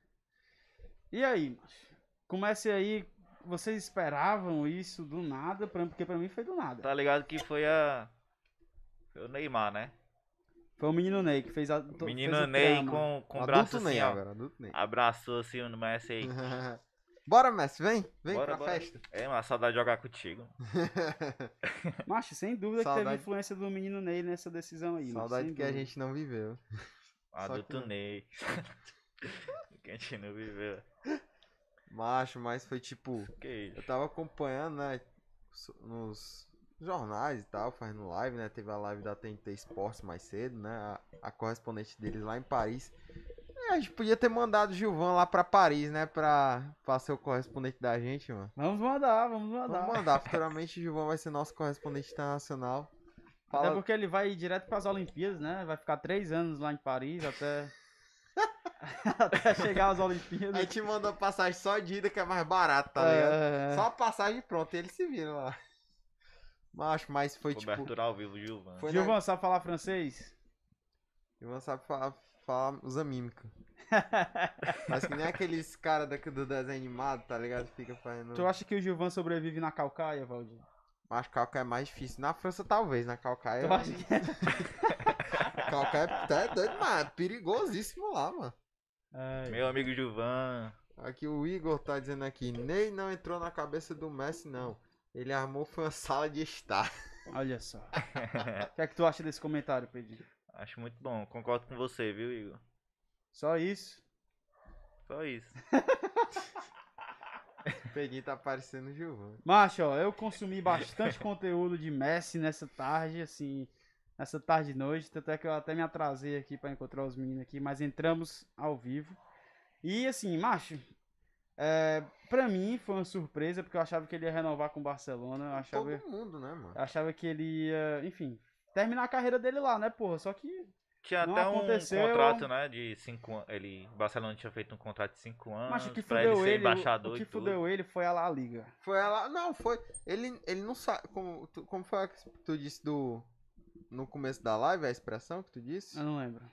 E aí, macho? comece aí, vocês esperavam isso do nada? Pra- Porque pra mim foi do nada. Tá ligado que foi a. Foi o Neymar, né? Foi o menino Ney que fez a... to- Menino fez o Ney drama. com, com o adulto braço assim, Ney ó. agora, adulto Ney. Abraçou assim o Messi aí. Uhum. <laughs> bora, Messi, vem. Vem Bora, pra bora. festa. É, mas saudade de jogar contigo. Macho, sem dúvida que teve Saudade. influência do menino Ney nessa decisão aí. mano, Saudade sem que a dúvida. gente não viveu. Adulto que- Ney. <laughs> que a gente não viveu. Macho, mas foi tipo. Que isso. Eu tava acompanhando, né? so- Nos jornais e tal, fazendo live, né? Teve a live da TNT Sports mais cedo, né? A, a correspondente deles lá em Paris. É, a gente podia ter mandado o Gilvan lá pra Paris, né? Pra, pra ser o correspondente da gente, mano. Vamos mandar, vamos mandar. Vamos mandar. Futuramente o Gilvan vai ser nosso correspondente internacional. Até Fala, é porque ele vai direto pras Olimpíadas, né? Vai ficar três anos lá em <laughs> Paris até. <laughs> até chegar às a Olimpíadas. gente manda passagem só de ida que é mais barato, tá ligado? É, Só a passagem e pronto, e eles se viram lá. Macho, mas foi tipo. Cobertura ao vivo, Gilvan. Foi Gilvan, sabe falar francês? Ivan sabe falar, falar usa <laughs> mímica. Mas que nem aqueles caras daqui do desenho animado, tá ligado? Fica fazendo. Tu acha que o Gilvan sobrevive na Calcaia, Valdir? Acho que Calcaia é mais difícil. Na França, talvez, né? é na Calcaia. Tu acha que. Calcaia é é doido, mas é perigosíssimo lá, mano. Ai. Meu amigo Gilvan. Aqui o Igor tá dizendo aqui: Ney não entrou na cabeça do Messi, não. Ele armou foi uma sala de estar. <laughs> Olha só. O que é que tu acha desse comentário, Pedro? Acho muito bom. Concordo com você, viu, Igor? Só isso? Só isso. O Pedrinho tá parecendo o Gilvan. Macho, ó, eu consumi bastante conteúdo de Messi nessa tarde, assim, nessa tarde e noite, tanto é que eu até me atrasei aqui pra encontrar os meninos aqui, mas entramos ao vivo. E assim, macho, é, pra mim foi uma surpresa, porque eu achava que ele ia renovar com o Barcelona, eu achava, Então, Todo mundo, né, mano? eu achava que ele ia, enfim, terminar a carreira dele lá, né, porra? Só que Tinha Não até aconteceu. um contrato, né? De cinco anos. Ele. Barcelona tinha feito um contrato de cinco anos. macho, o que pra ele fudeu ser ele, o- embaixador o que e tudo. fudeu ele foi a La Liga. Foi ela. Não, foi. Ele, ele não sabe. Como, tu- como foi a que tu disse do. No começo da live, a expressão que tu disse? Eu não lembro.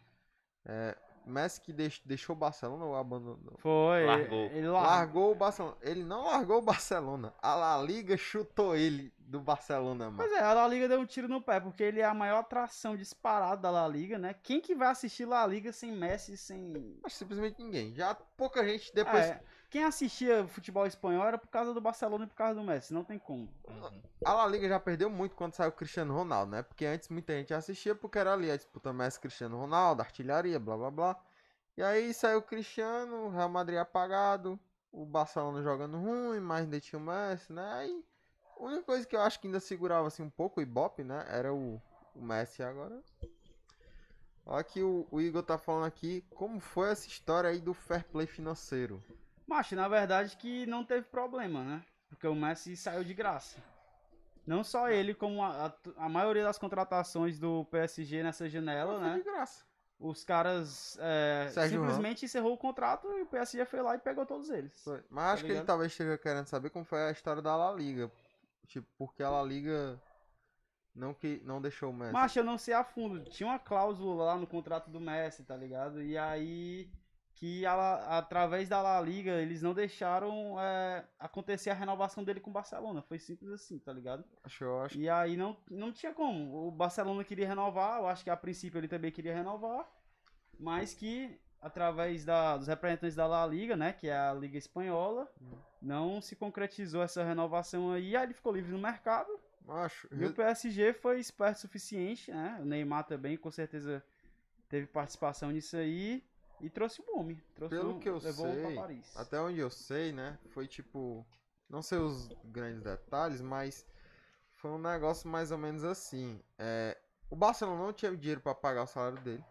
É, Messi que deix- deixou o Barcelona ou abandonou? Foi, Largou. ele largou. Largou o Barcelona. Ele não largou o Barcelona. A La Liga chutou ele do Barcelona, mano. Pois é, a La Liga deu um tiro no pé, porque ele é a maior atração disparada da La Liga, né? Quem que vai assistir La Liga sem Messi, sem... Mas simplesmente ninguém. Já pouca gente depois. É, quem assistia futebol espanhol era por causa do Barcelona e por causa do Messi, não tem como. Uhum. A La Liga já perdeu muito quando saiu o Cristiano Ronaldo, né? Porque antes muita gente assistia porque era ali a disputa Messi Cristiano Ronaldo, artilharia, blá blá blá. E aí saiu o Cristiano, o Real Madrid apagado, o Barcelona jogando ruim, mas ainda tinha o Messi, né? E a única coisa que eu acho que ainda segurava assim um pouco o Ibope, né? Era o, o Messi agora. Olha que o, o Igor tá falando aqui como foi essa história aí do fair play financeiro. Macho, na verdade que não teve problema, né? Porque o Messi saiu de graça. Não só ele, como a, a- a maioria das contratações do PSG nessa janela, Foi de né? graça. Os caras é, Sérgio Ramos. simplesmente encerrou o contrato e o PSG foi lá e pegou todos eles. Foi. Mas acho que ele Tá ligado? talvez esteja querendo saber como foi a história da La Liga. Tipo, porque a La Liga Não que não deixou o Messi. Mas eu não sei a fundo. Tinha uma cláusula lá no contrato do Messi, tá ligado? E aí que a La- através da La Liga eles não deixaram é, acontecer a renovação dele com o Barcelona. Foi simples assim, tá ligado? Acho, eu acho. E aí não, não tinha como. O Barcelona queria renovar, eu acho que a princípio ele também queria renovar, mas que através da- dos representantes da La Liga, né, que é a Liga Espanhola, não se concretizou essa renovação aí, aí ele ficou livre no mercado. Acho. E o PSG foi esperto o suficiente, né? O Neymar também, com certeza, teve participação nisso aí. E trouxe o homem. Trouxe Pelo o, que eu levou o sei, pra Paris. Até onde eu sei, né? Foi tipo. Não sei os grandes detalhes, mas foi um negócio mais ou menos assim. É, o Barcelona não tinha o dinheiro para pagar o salário dele.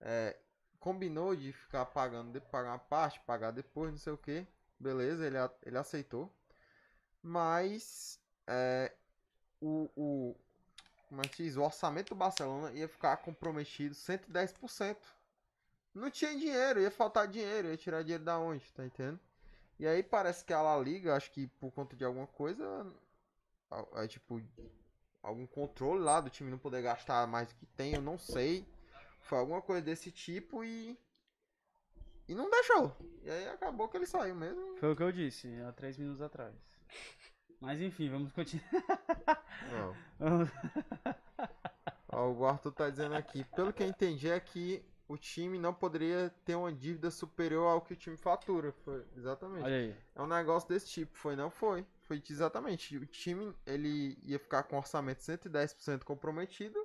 É, combinou de ficar pagando, de pagar uma parte, pagar depois, não sei o que. Beleza, ele, a- ele aceitou. Mas é, o, o, como é que diz? o orçamento do Barcelona ia ficar comprometido 110%. Não tinha dinheiro, ia faltar dinheiro, ia tirar dinheiro da onde, tá entendendo? E aí parece que a La Liga, acho que por conta de alguma coisa, al- é tipo algum controle lá do time não poder gastar mais do que tem, eu não sei. Foi alguma coisa desse tipo e e não deixou. E aí acabou que ele saiu mesmo. Foi o que eu disse há três minutos atrás. Mas enfim, vamos continuar. <laughs> Não. Ó, o Arthur tá dizendo aqui, pelo que eu entendi é que o time não poderia ter uma dívida superior ao que o time fatura. Foi, exatamente. Olha aí. É um negócio desse tipo, foi, não foi. Foi exatamente. O time ele ia ficar com orçamento 110% comprometido.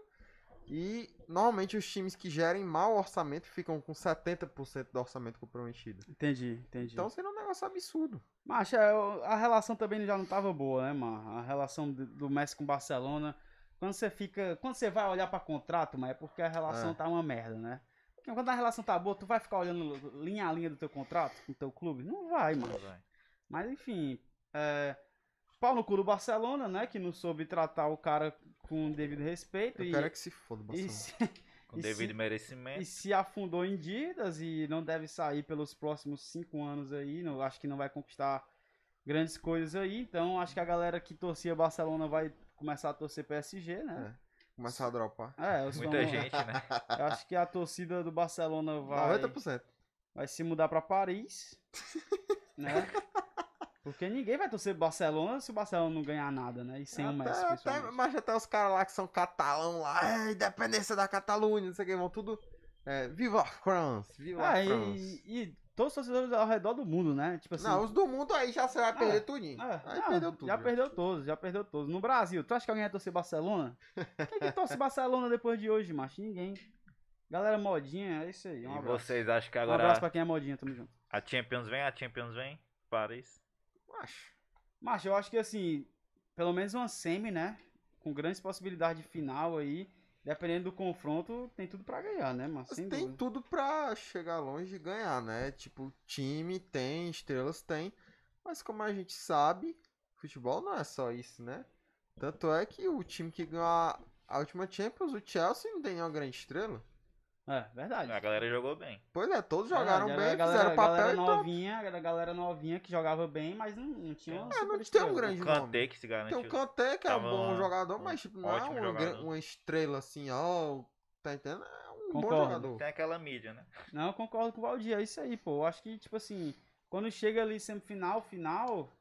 E normalmente os times que gerem mau orçamento ficam com 70% do orçamento comprometido. Entendi, entendi. Então seria um negócio absurdo. Macha, eu- é, a relação também já não tava boa, né, mano? A relação do- do Messi com o Barcelona. Quando você fica. Quando você vai olhar pra contrato, mas é porque a relação É. tá uma merda, né? Porque quando a relação tá boa, tu vai ficar olhando linha a linha do teu contrato com o teu clube? Não vai, mano. Mas enfim. É... Pau no cu do Barcelona, né? Que não soube tratar o cara com o devido respeito. Eu e, quero é que se foda, e, Barcelona. se, Com E devido se- merecimento. e se afundou em dívidas e não deve sair pelos próximos cinco anos aí. Não, acho que não vai conquistar grandes coisas aí. Então acho que a galera que torcia Barcelona vai começar a torcer PSG, né? Começar a dropar. É, os Muita famosos- gente, né? Eu acho que a torcida do Barcelona vai, 90%. vai se mudar <laughs> pra Paris, né? Porque ninguém vai torcer Barcelona se o Barcelona não ganhar nada, né? E sem o Messi, até, até, principalmente. mas até os caras lá que são catalão lá, "É, independência da Catalunha, não sei o que, vão tudo. É, viva a France! Viva Ah, a France! e, e todos os torcedores ao redor do mundo, né? Tipo assim, Não, os do mundo aí já você vai perder tudinho. É, aí não, perdeu tudo. Já né? já. perdeu todos, já perdeu todos. No Brasil, tu acha que alguém ia torcer Barcelona? Quem é que torce Barcelona depois de hoje, macho? Ninguém. Galera modinha, é isso aí. <laughs> Um E abraço. vocês acham que Um abraço agora pra quem é modinha, tamo junto. a Champions vem? A Champions vem? Paris. Macho. Macho, eu acho que assim, pelo menos uma semi, né? Com grandes possibilidades de final aí. Dependendo do confronto, tem tudo pra ganhar, né, mas sem tem dúvida. tudo pra chegar longe e ganhar, né? Tipo, time tem, estrelas tem. Mas como a gente sabe, futebol não é só isso, né? Tanto é que o time que ganhou a, a última Champions, o Chelsea, não tem nenhuma grande estrela. É, verdade. A galera jogou bem. Pois é, todos jogaram Verdade, bem, a galera, fizeram a papel galera e top. novinha, a galera novinha que jogava bem, mas não, não tinha uma É, não tem um superestrela. né? grande O nome. Kanté que se Tem o Então, garantiu. Kanté, que é um né, Tava bom um- jogador, um mas tipo, não é ótimo uma, gran- jogador. uma estrela assim, ó. tá entendendo? É um bom Concordo. jogador. Tem aquela mídia, né? Não, eu concordo com o Valdir, é isso aí, pô. Eu acho que, tipo assim, quando chega ali semifinal, final,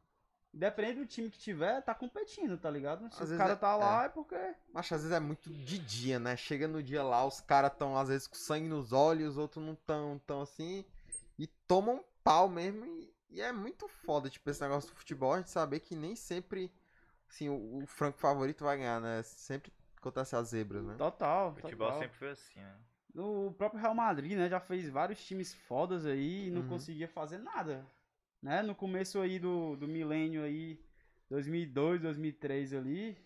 depende do time que tiver, tá competindo, tá ligado? Às Se o vezes cara é- tá lá, é, porque. Mas às vezes é muito de dia, né? Chega no dia lá, os caras tão às vezes com sangue nos olhos, os outros não tão, tão assim. E tomam pau mesmo. E, e é muito foda, tipo, esse negócio do futebol, a gente saber que nem sempre, assim, o, o franco favorito vai ganhar, né? Sempre acontece a zebra, né? Total. Futebol total. sempre foi assim, né? O próprio Real Madrid, né, já fez vários times fodas aí e não Uhum. conseguia fazer nada. Né? No começo aí do, do milênio aí, 2002, 2003 ali,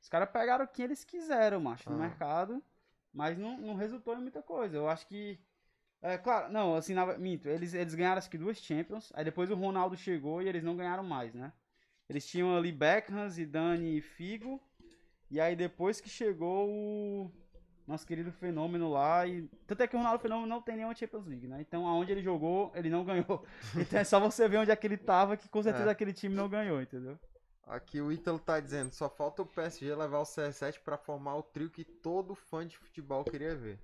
os caras pegaram quem eles quiseram, macho, no Ah. mercado, mas não, não resultou em muita coisa. Eu acho que... É, claro, não, assim, na, minto, eles, eles ganharam acho que duas Champions, aí depois o Ronaldo chegou e eles não ganharam mais, né? Eles tinham ali Beckham, Zidane e Figo, e aí depois que chegou o nosso querido Fenômeno lá. E... Tanto é que o Ronaldo Fenômeno não tem nenhuma Champions League, né? Então aonde <laughs> ele É. jogou, ele não ganhou. Então é só você ver onde é que ele tava, que com certeza aquele time não ganhou, entendeu? Aqui o Ítalo tá dizendo, só falta o PSG levar o CR7 pra formar o trio que todo fã de futebol queria ver.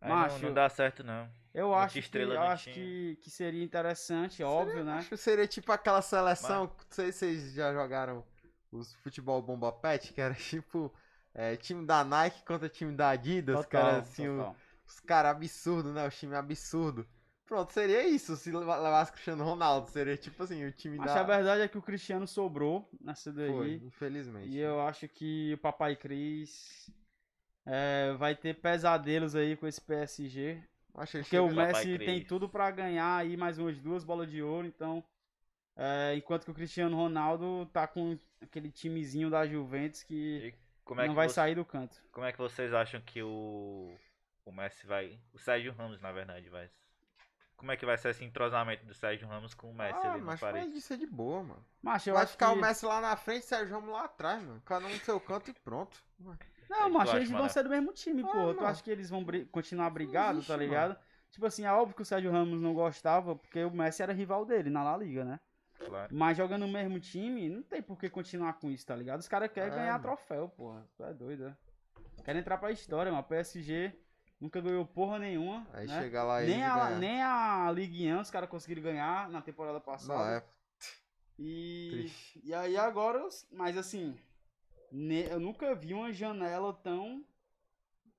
Aí não- Macho. não, dá certo, não. Eu Muita acho, que, estrela eu no acho time. que, que seria interessante, óbvio, né? Acho que seria tipo aquela seleção, não sei se vocês já jogaram os futebol bomba pet, que era <laughs> tipo é, time da Nike contra time da Adidas, Total, cara, assim, o- total. os caras absurdos, né? O time absurdo. Pronto, seria isso se leva- levasse Cristiano Ronaldo, seria tipo assim, o time Mas da... a verdade é que o Cristiano sobrou nessa daí. Foi, infelizmente. E eu acho que o Papai Cris é, vai ter pesadelos aí com esse PSG. Acho que ele <laughs> Porque o chega lá. Papai Messi Cris. tem tudo pra ganhar aí mais umas duas bolas de ouro, então. é, enquanto que o Cristiano Ronaldo tá com aquele timezinho da Juventus que Como é não que vai você- sair do canto. Como é que vocês acham que o, o Messi vai. O Sérgio Ramos, na verdade, vai. Como é que vai ser esse entrosamento do Sérgio Ramos com o Messi Ah, ali no mas Paris? pode isso é de boa, mano. Macho, eu Vai acho ficar que... o Messi lá na frente, Sérgio Ramos lá atrás, mano. Cada um no seu canto e pronto. Não, que macho, tu acha, eles vão Mané? ser do mesmo time, Ah, porra. Tu mano. acha que eles vão bri- continuar brigados, existe, tá mano. ligado? Tipo assim, é óbvio que o Sérgio Ramos não gostava, porque o Messi era rival dele na La Liga, né? Claro. Mas jogando no mesmo time, não tem por que continuar com isso, tá ligado? Os caras querem É, ganhar mano. troféu, porra. Tu é doido, é? Querem entrar pra história, mano. PSG nunca ganhou porra nenhuma. Aí né? chega lá e. nem, a, ganha. nem a Ligue 1 os caras conseguiram ganhar na temporada passada. Não, é E, triste. e aí agora, os- mas assim, ne- eu nunca vi uma janela tão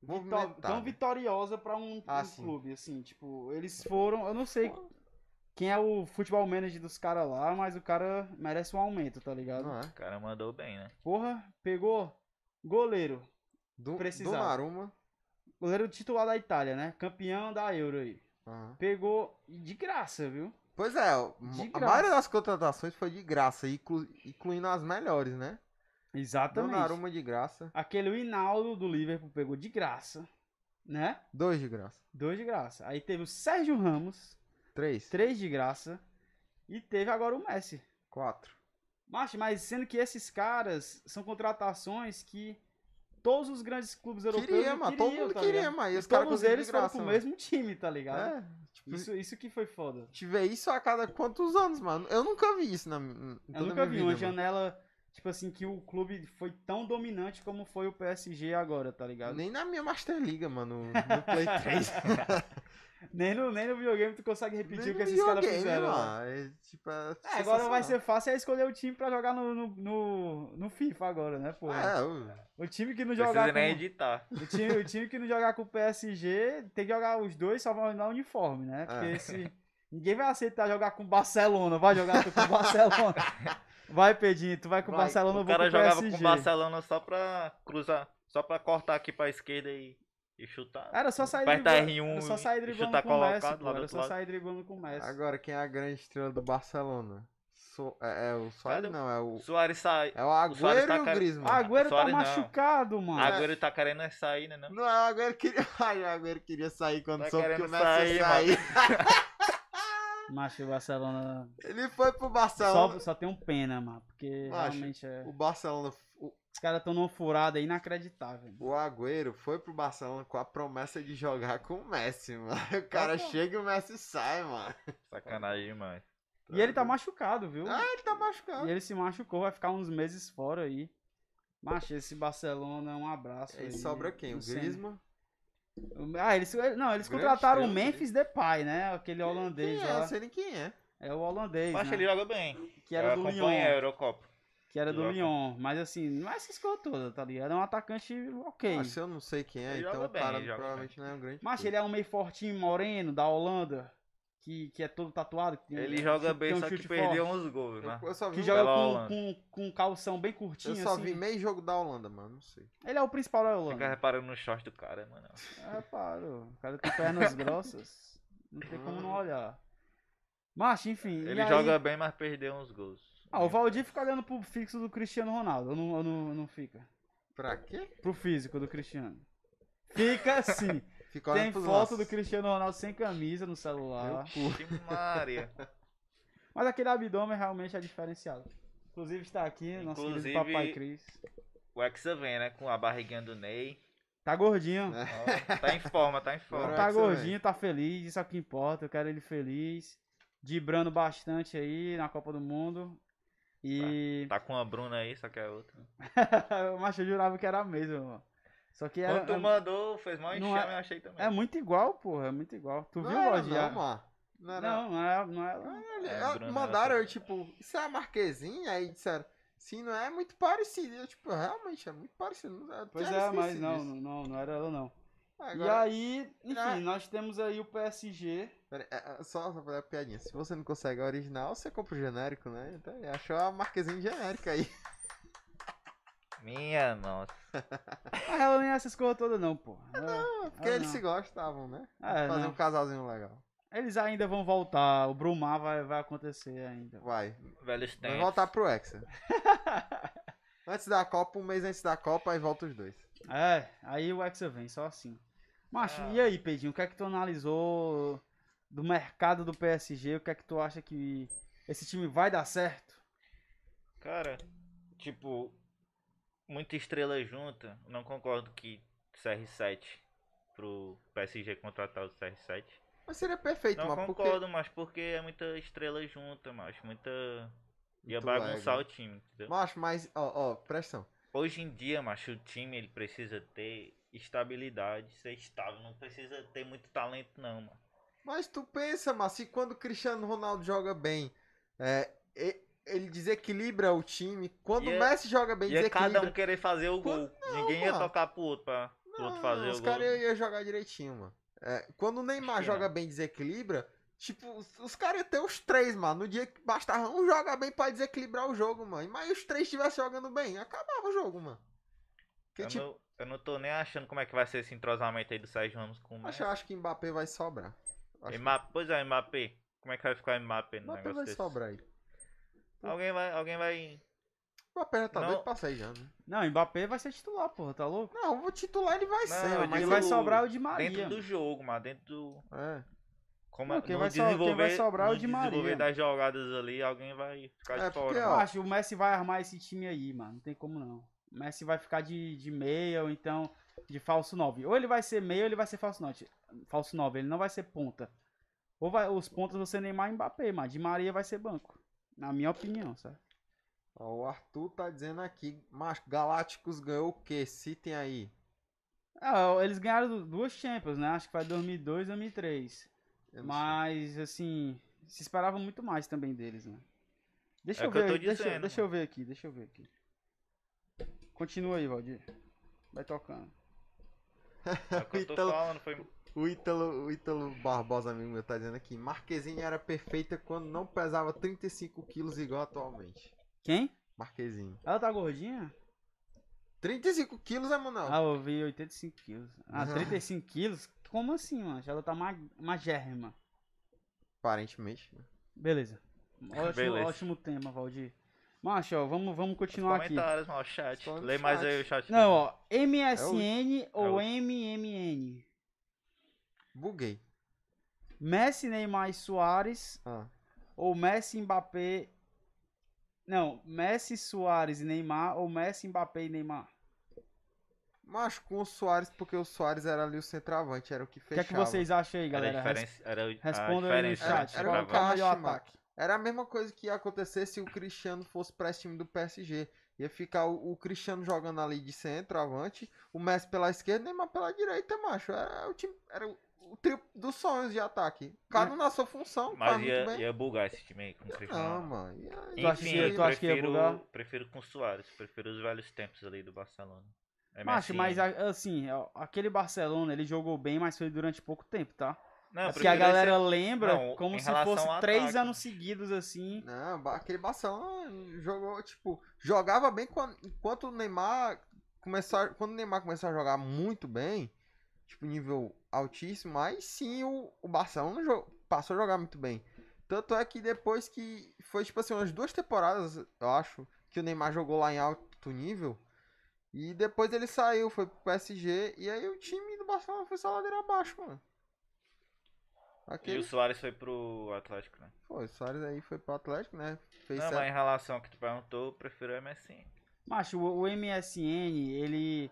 vitor- Movimentado. Então, tão vitoriosa pra um, Ah, um sim. clube, assim, tipo, eles foram, eu não sei quem é o futebol manager dos caras lá, mas o cara merece um aumento, tá ligado? Não é? O cara mandou bem, né? Porra, pegou goleiro, Do, Precisava. Donnarumma. goleiro titular da Itália, né? Campeão da Euro aí. Aham. Pegou. De graça, viu? Pois é, o- mo- a graça. maioria das contratações foi de graça, inclu- incluindo as melhores, né? Exatamente. Donnarumma de graça, Aquele Hinaldo do Liverpool pegou de graça, né? dois de graça, Dois de graça. Aí teve o Sérgio Ramos, três, três de graça. E teve agora o Messi. quatro. Macho, mas sendo que esses caras são contratações que todos os grandes clubes europeus Queria, não mano, queriam, todo mundo tá queria, ligado? mas E os caras todos conseguiram eles de foram graça, pro mano. mesmo time, tá ligado? É, tipo, Isso, isso que foi foda. tiver isso a cada quantos anos, mano? Eu nunca vi isso na, em toda Eu nunca a minha vi vida, uma mano. janela, tipo assim, que o clube foi tão dominante como foi o PSG agora, tá ligado? Nem, Nem na minha Master Liga, <laughs> mano, no Play 3. no, nem no videogame tu consegue Nem repetir o no que esses caras videogame, fizeram. né? mano. É, tipo, é É, agora vai sensacional. ser fácil é escolher o time pra jogar no, no, no, no FIFA agora, né, pô? É, eu- O time que não Não jogar com... precisa nem editar. O time, o time que não jogar com o PSG tem que jogar os dois só vão dar uniforme, né? Porque É. se. Ninguém vai aceitar jogar com o Barcelona. Vai jogar tu com o <laughs> Barcelona. Vai, Pedinho, tu vai com o Vai. Barcelona, eu O vou com cara o jogava PSG. com o Barcelona só pra cruzar. Só pra cortar aqui pra esquerda e, e chutar. Era só sair Apertar driblando. R1 Era só sair e driblando chutar com o Messi, colocado pô. lá do Era outro só lado. sair driblando com o Messi. Agora, quem é a grande estrela do Barcelona? So- é, é o Suárez, Cara, não, é o... Soares sai. É o o Suárez Agüero tá e o cara- Griezmann. Agüero tá Suárez não. machucado, mano. Agora ele tá querendo é sair, né? Não? Não, é o Agüero queria... <laughs> Ai, o Agüero queria sair quando Tá soube que o querendo Messi ia sair, sair. Macho, o Barcelona. <laughs> Ele foi pro Só, Barcelona. só tem um pena, mano. Porque Macho, realmente é. O Barcelona... O, Os caras tão numa furada inacreditável. o Agüero foi pro Barcelona com a promessa de jogar com o Messi, <laughs> mano. O cara Tá bom. chega e o Messi sai, mano. Sacanagem demais. E ele tá machucado, Hum. viu? Ah, ele tá machucado. E ele se machucou, vai ficar uns meses fora aí. Macho, esse Barcelona, um abraço. E aí aí. sobra quem? O Não sei. Griezmann? Ah, eles, não, eles Grande contrataram o estrela, Memphis Depay, né? Aquele holandês Quem é? Eu lá. sei nem quem é. É o holandês, Mas ele né? joga bem. Que era do acompanha a Lyon. Eurocopa. Que era do Joga. Lyon. Mas assim, não é essa escola toda, tá ligado? É um atacante ok. Ah, se eu não sei quem é, Ele então joga o bem, cara ele joga provavelmente não é um grande. Macho, ele é um meio fortinho, moreno, da Holanda. Que, que é todo tatuado. que tem- Ele joga tem bem, um só que chute perdeu forte, uns gols, né? Eu, eu só vi, Que um- joga Pela com, Holanda. com, com calção bem curtinho, eu só assim. vi meio jogo da Holanda, mano. Não sei. Ele é o principal da Fica Holanda. reparando no short do cara, mano. É, paro. O cara tem <laughs> pernas grossas. Não tem como não olhar. Macho, enfim. e Ah. Ele aí- joga bem, mas perdeu uns gols. Ah, o Valdir fica olhando pro fixo do Cristiano Ronaldo. Ou não, ou não, não fica? Pra quê? Pro físico do Cristiano. Fica <laughs> sim. Ficou tem foto do Cristiano Ronaldo sem camisa no celular. Vixe, Maria. Mas aquele abdômen realmente é diferenciado. Inclusive está aqui, nosso querido Inclusive- papai Cris. O Hexa vem, né? Com a barriguinha do Ney. Tá gordinho. É. Ó, tá em forma, <laughs> tá em Agora forma. vai- Tá que você vem. gordinho, tá feliz, isso é o que importa. Eu quero ele feliz, dibrando bastante aí na Copa do Mundo. E. Tá com a Bruna aí, só que é outra. <laughs> Macho, eu jurava que era a mesma, mano. Só que era. Quando tu é- mandou, fez mal Não enxame, é- eu achei também. É muito igual, porra. É muito igual. Tu Não viu era hoje? não, a- Mar. Não era. Não, não é. Não é... assim. Olha, É, ah, Bruno, mandaram ela- eu, tipo, isso é a Marquezinha? Aí disseram, sim, não é muito parecido. E Eu, tipo, realmente é muito parecido. não- eu Pois tinha é, mas esquecido não, disso. não, não era ela, não. Agora, E aí, enfim, Ah. nós temos aí o PSG. pera- é, é, só só fazer a piadinha. Se você não consegue a original, você compra o genérico, né? Então, ele achou a Marquezinha genérica aí. Minha nossa. Ah, ela nem é essas coisas todas, não, pô. Ela- Porque Ah, eles não. se gostavam, né? É, Fazer não. um casalzinho legal. Eles ainda vão voltar. O Brumar vai, vai acontecer ainda. Vai. Velhos Vai tempos. voltar pro <laughs> Hexa. antes da Copa, um mês antes da Copa, aí volta os dois. É, aí o Hexa vem, só assim. Macho, Ah. e aí, Pedinho, o que é que tu analisou do mercado do PSG? O que é que tu acha que esse time vai dar certo? Cara, tipo, muita estrela junta. Não concordo que CR7 pro PSG contratar o CR7. Mas seria perfeito, Não mas concordo, mas porque é muita estrela junta, macho. Muita. Ia Muito bagunçar lag. o time, entendeu? porque... Macho, mas, ó, ó, presta atenção. Hoje em dia, macho, o time ele precisa ter estabilidade, ser estável. Não precisa ter muito talento, não, mano. Mas tu pensa, mas se quando o Cristiano Ronaldo joga bem, é, e- ele desequilibra o time. Quando E é- o Messi joga bem, Ia cada um desequilibra. querer fazer o gol. Ninguém ia mano. tocar pro outro pra pro outro fazer Não, o os é gol. né? caras iam jogar direitinho, mano. É, quando o Neymar que joga bem, desequilibra. Tipo, os, os caras iam ter os três, mano. No dia que bastava um jogar bem pra desequilibrar o jogo, mano. Mas os três estivessem jogando bem, acabava o jogo, mano. Porque, Eu, tipo, não, eu não tô nem achando como é que vai ser esse entrosamento aí do Sérgio Ramos com o acho, eu acho que Mbappé vai sobrar. Acho que Mbappé. Pois é, Mbappé. Como é que vai ficar o Mbappé no Mbappé negócio vai desse? sobrar aí. Alguém vai, alguém vai. Mbappé já tá Não. doido pra sair já, né? Não, o Mbappé vai ser titular, porra, tá louco? Não, o titular ele vai Não, ser, eu mas Ele digo- vai ele- sobrar o de Maria. Dentro do jogo, mas dentro do. É. Como Não, quem no vai so- quem vai desenvolver- sobrar é o no de Maria, desenvolver mano. das jogadas ali, alguém vai ficar É, de fora. porque, mano. ó, Macho, o Messi vai armar esse time aí, mano. Não tem como não. O Messi vai ficar de, de meia ou então de falso 9. Ou ele vai ser meia ou ele vai ser falso 9. Falso 9, ele não vai ser ponta. Ou vai- os pontas você Neymar e Mbappé, mano. De Maria vai ser banco. Na minha opinião, sabe? Ó, o Arthur tá dizendo aqui, mas Galácticos ganhou o quê? Citem aí. Ah, eles ganharam du- duas Champions, né? Acho que foi 2002 e 2003. Eu não Mas, assim, se esperava muito mais também deles, né? Deixa É eu o que eu ver, tô aí, deixa, eu- dizendo, deixa eu ver aqui, deixa eu ver aqui. Continua aí, Valdir. Vai tocando. É o que eu tô Então- falando, foi. sei. O Ítalo, o Ítalo Barbosa, amigo meu, tá dizendo aqui, Marquezinha era perfeita quando não pesava 35 quilos igual atualmente. Quem? Marquezinho. Ela tá gordinha? 35 quilos, é, Manuel? Ah, eu vi 85 quilos. Ah, 35 quilos? Como assim, mano? Ela tá ma- magérrima. Aparentemente. né? Beleza. Ótimo, Beleza. ótimo tema, Valdir. Macho, ó, vamos, vamos continuar aqui. Comentários, mano, o chat. Só no Lê mais chat. aí o chat. Não, ó, MSN É ou o- MMN? Buguei. Messi, Neymar e Soares Ah. ou Messi, Mbappé... Não, Messi, Soares e Neymar ou Messi, Mbappé e Neymar? Mas com o Soares, porque o Soares era ali o centroavante, era o que O que fechava. é que vocês acham aí, galera? Era a diferença, era o- a Responda aí no diferença, chat. né, Era pra um Qual qual é o vaga. melhor Caixa, mano. ataque? Era a mesma coisa que ia acontecer se o Cristiano fosse para esse time do PSG. Ia ficar o, o Cristiano jogando ali de centroavante, o Messi pela esquerda e o Neymar pela direita, macho. Era o time, era o, o trio dos sonhos de ataque. Cada um na sua função, faz Mas muito ia, bem. ia bugar esse time aí com o Cristiano. Não, Ronaldo. mano. ia- Tu acha Enfim, que- eu tu acha que ia prefiro, bugar? prefiro com o Soares, prefiro os velhos tempos ali do Barcelona. É Macho, MSN. mas a- assim, ó, aquele Barcelona, ele jogou bem, mas foi durante pouco tempo, tá? Não, eu Assim, a prefiro galera esse- lembra Não, como em se relação fosse ao três ataque. anos seguidos, assim. Não, ba- aquele Barcelona jogou, tipo, jogava bem quando, enquanto o Neymar começou, a- quando o Neymar começou a jogar muito bem, tipo, nível altíssimo, aí sim o, o Barcelona jo- passou a jogar muito bem. Tanto é que depois que foi, tipo assim, umas duas temporadas, eu acho, que o Neymar jogou lá em alto nível, e depois ele saiu, foi pro PSG, e aí o time do Barcelona foi só ladeira abaixo, mano. E Aquele o Soares foi pro Atlético, né? Pô, o Soares aí foi pro Atlético, né? Fez Não, sete- mas em relação ao que tu perguntou, eu prefiro o MSN. Macho, o, o MSN, ele.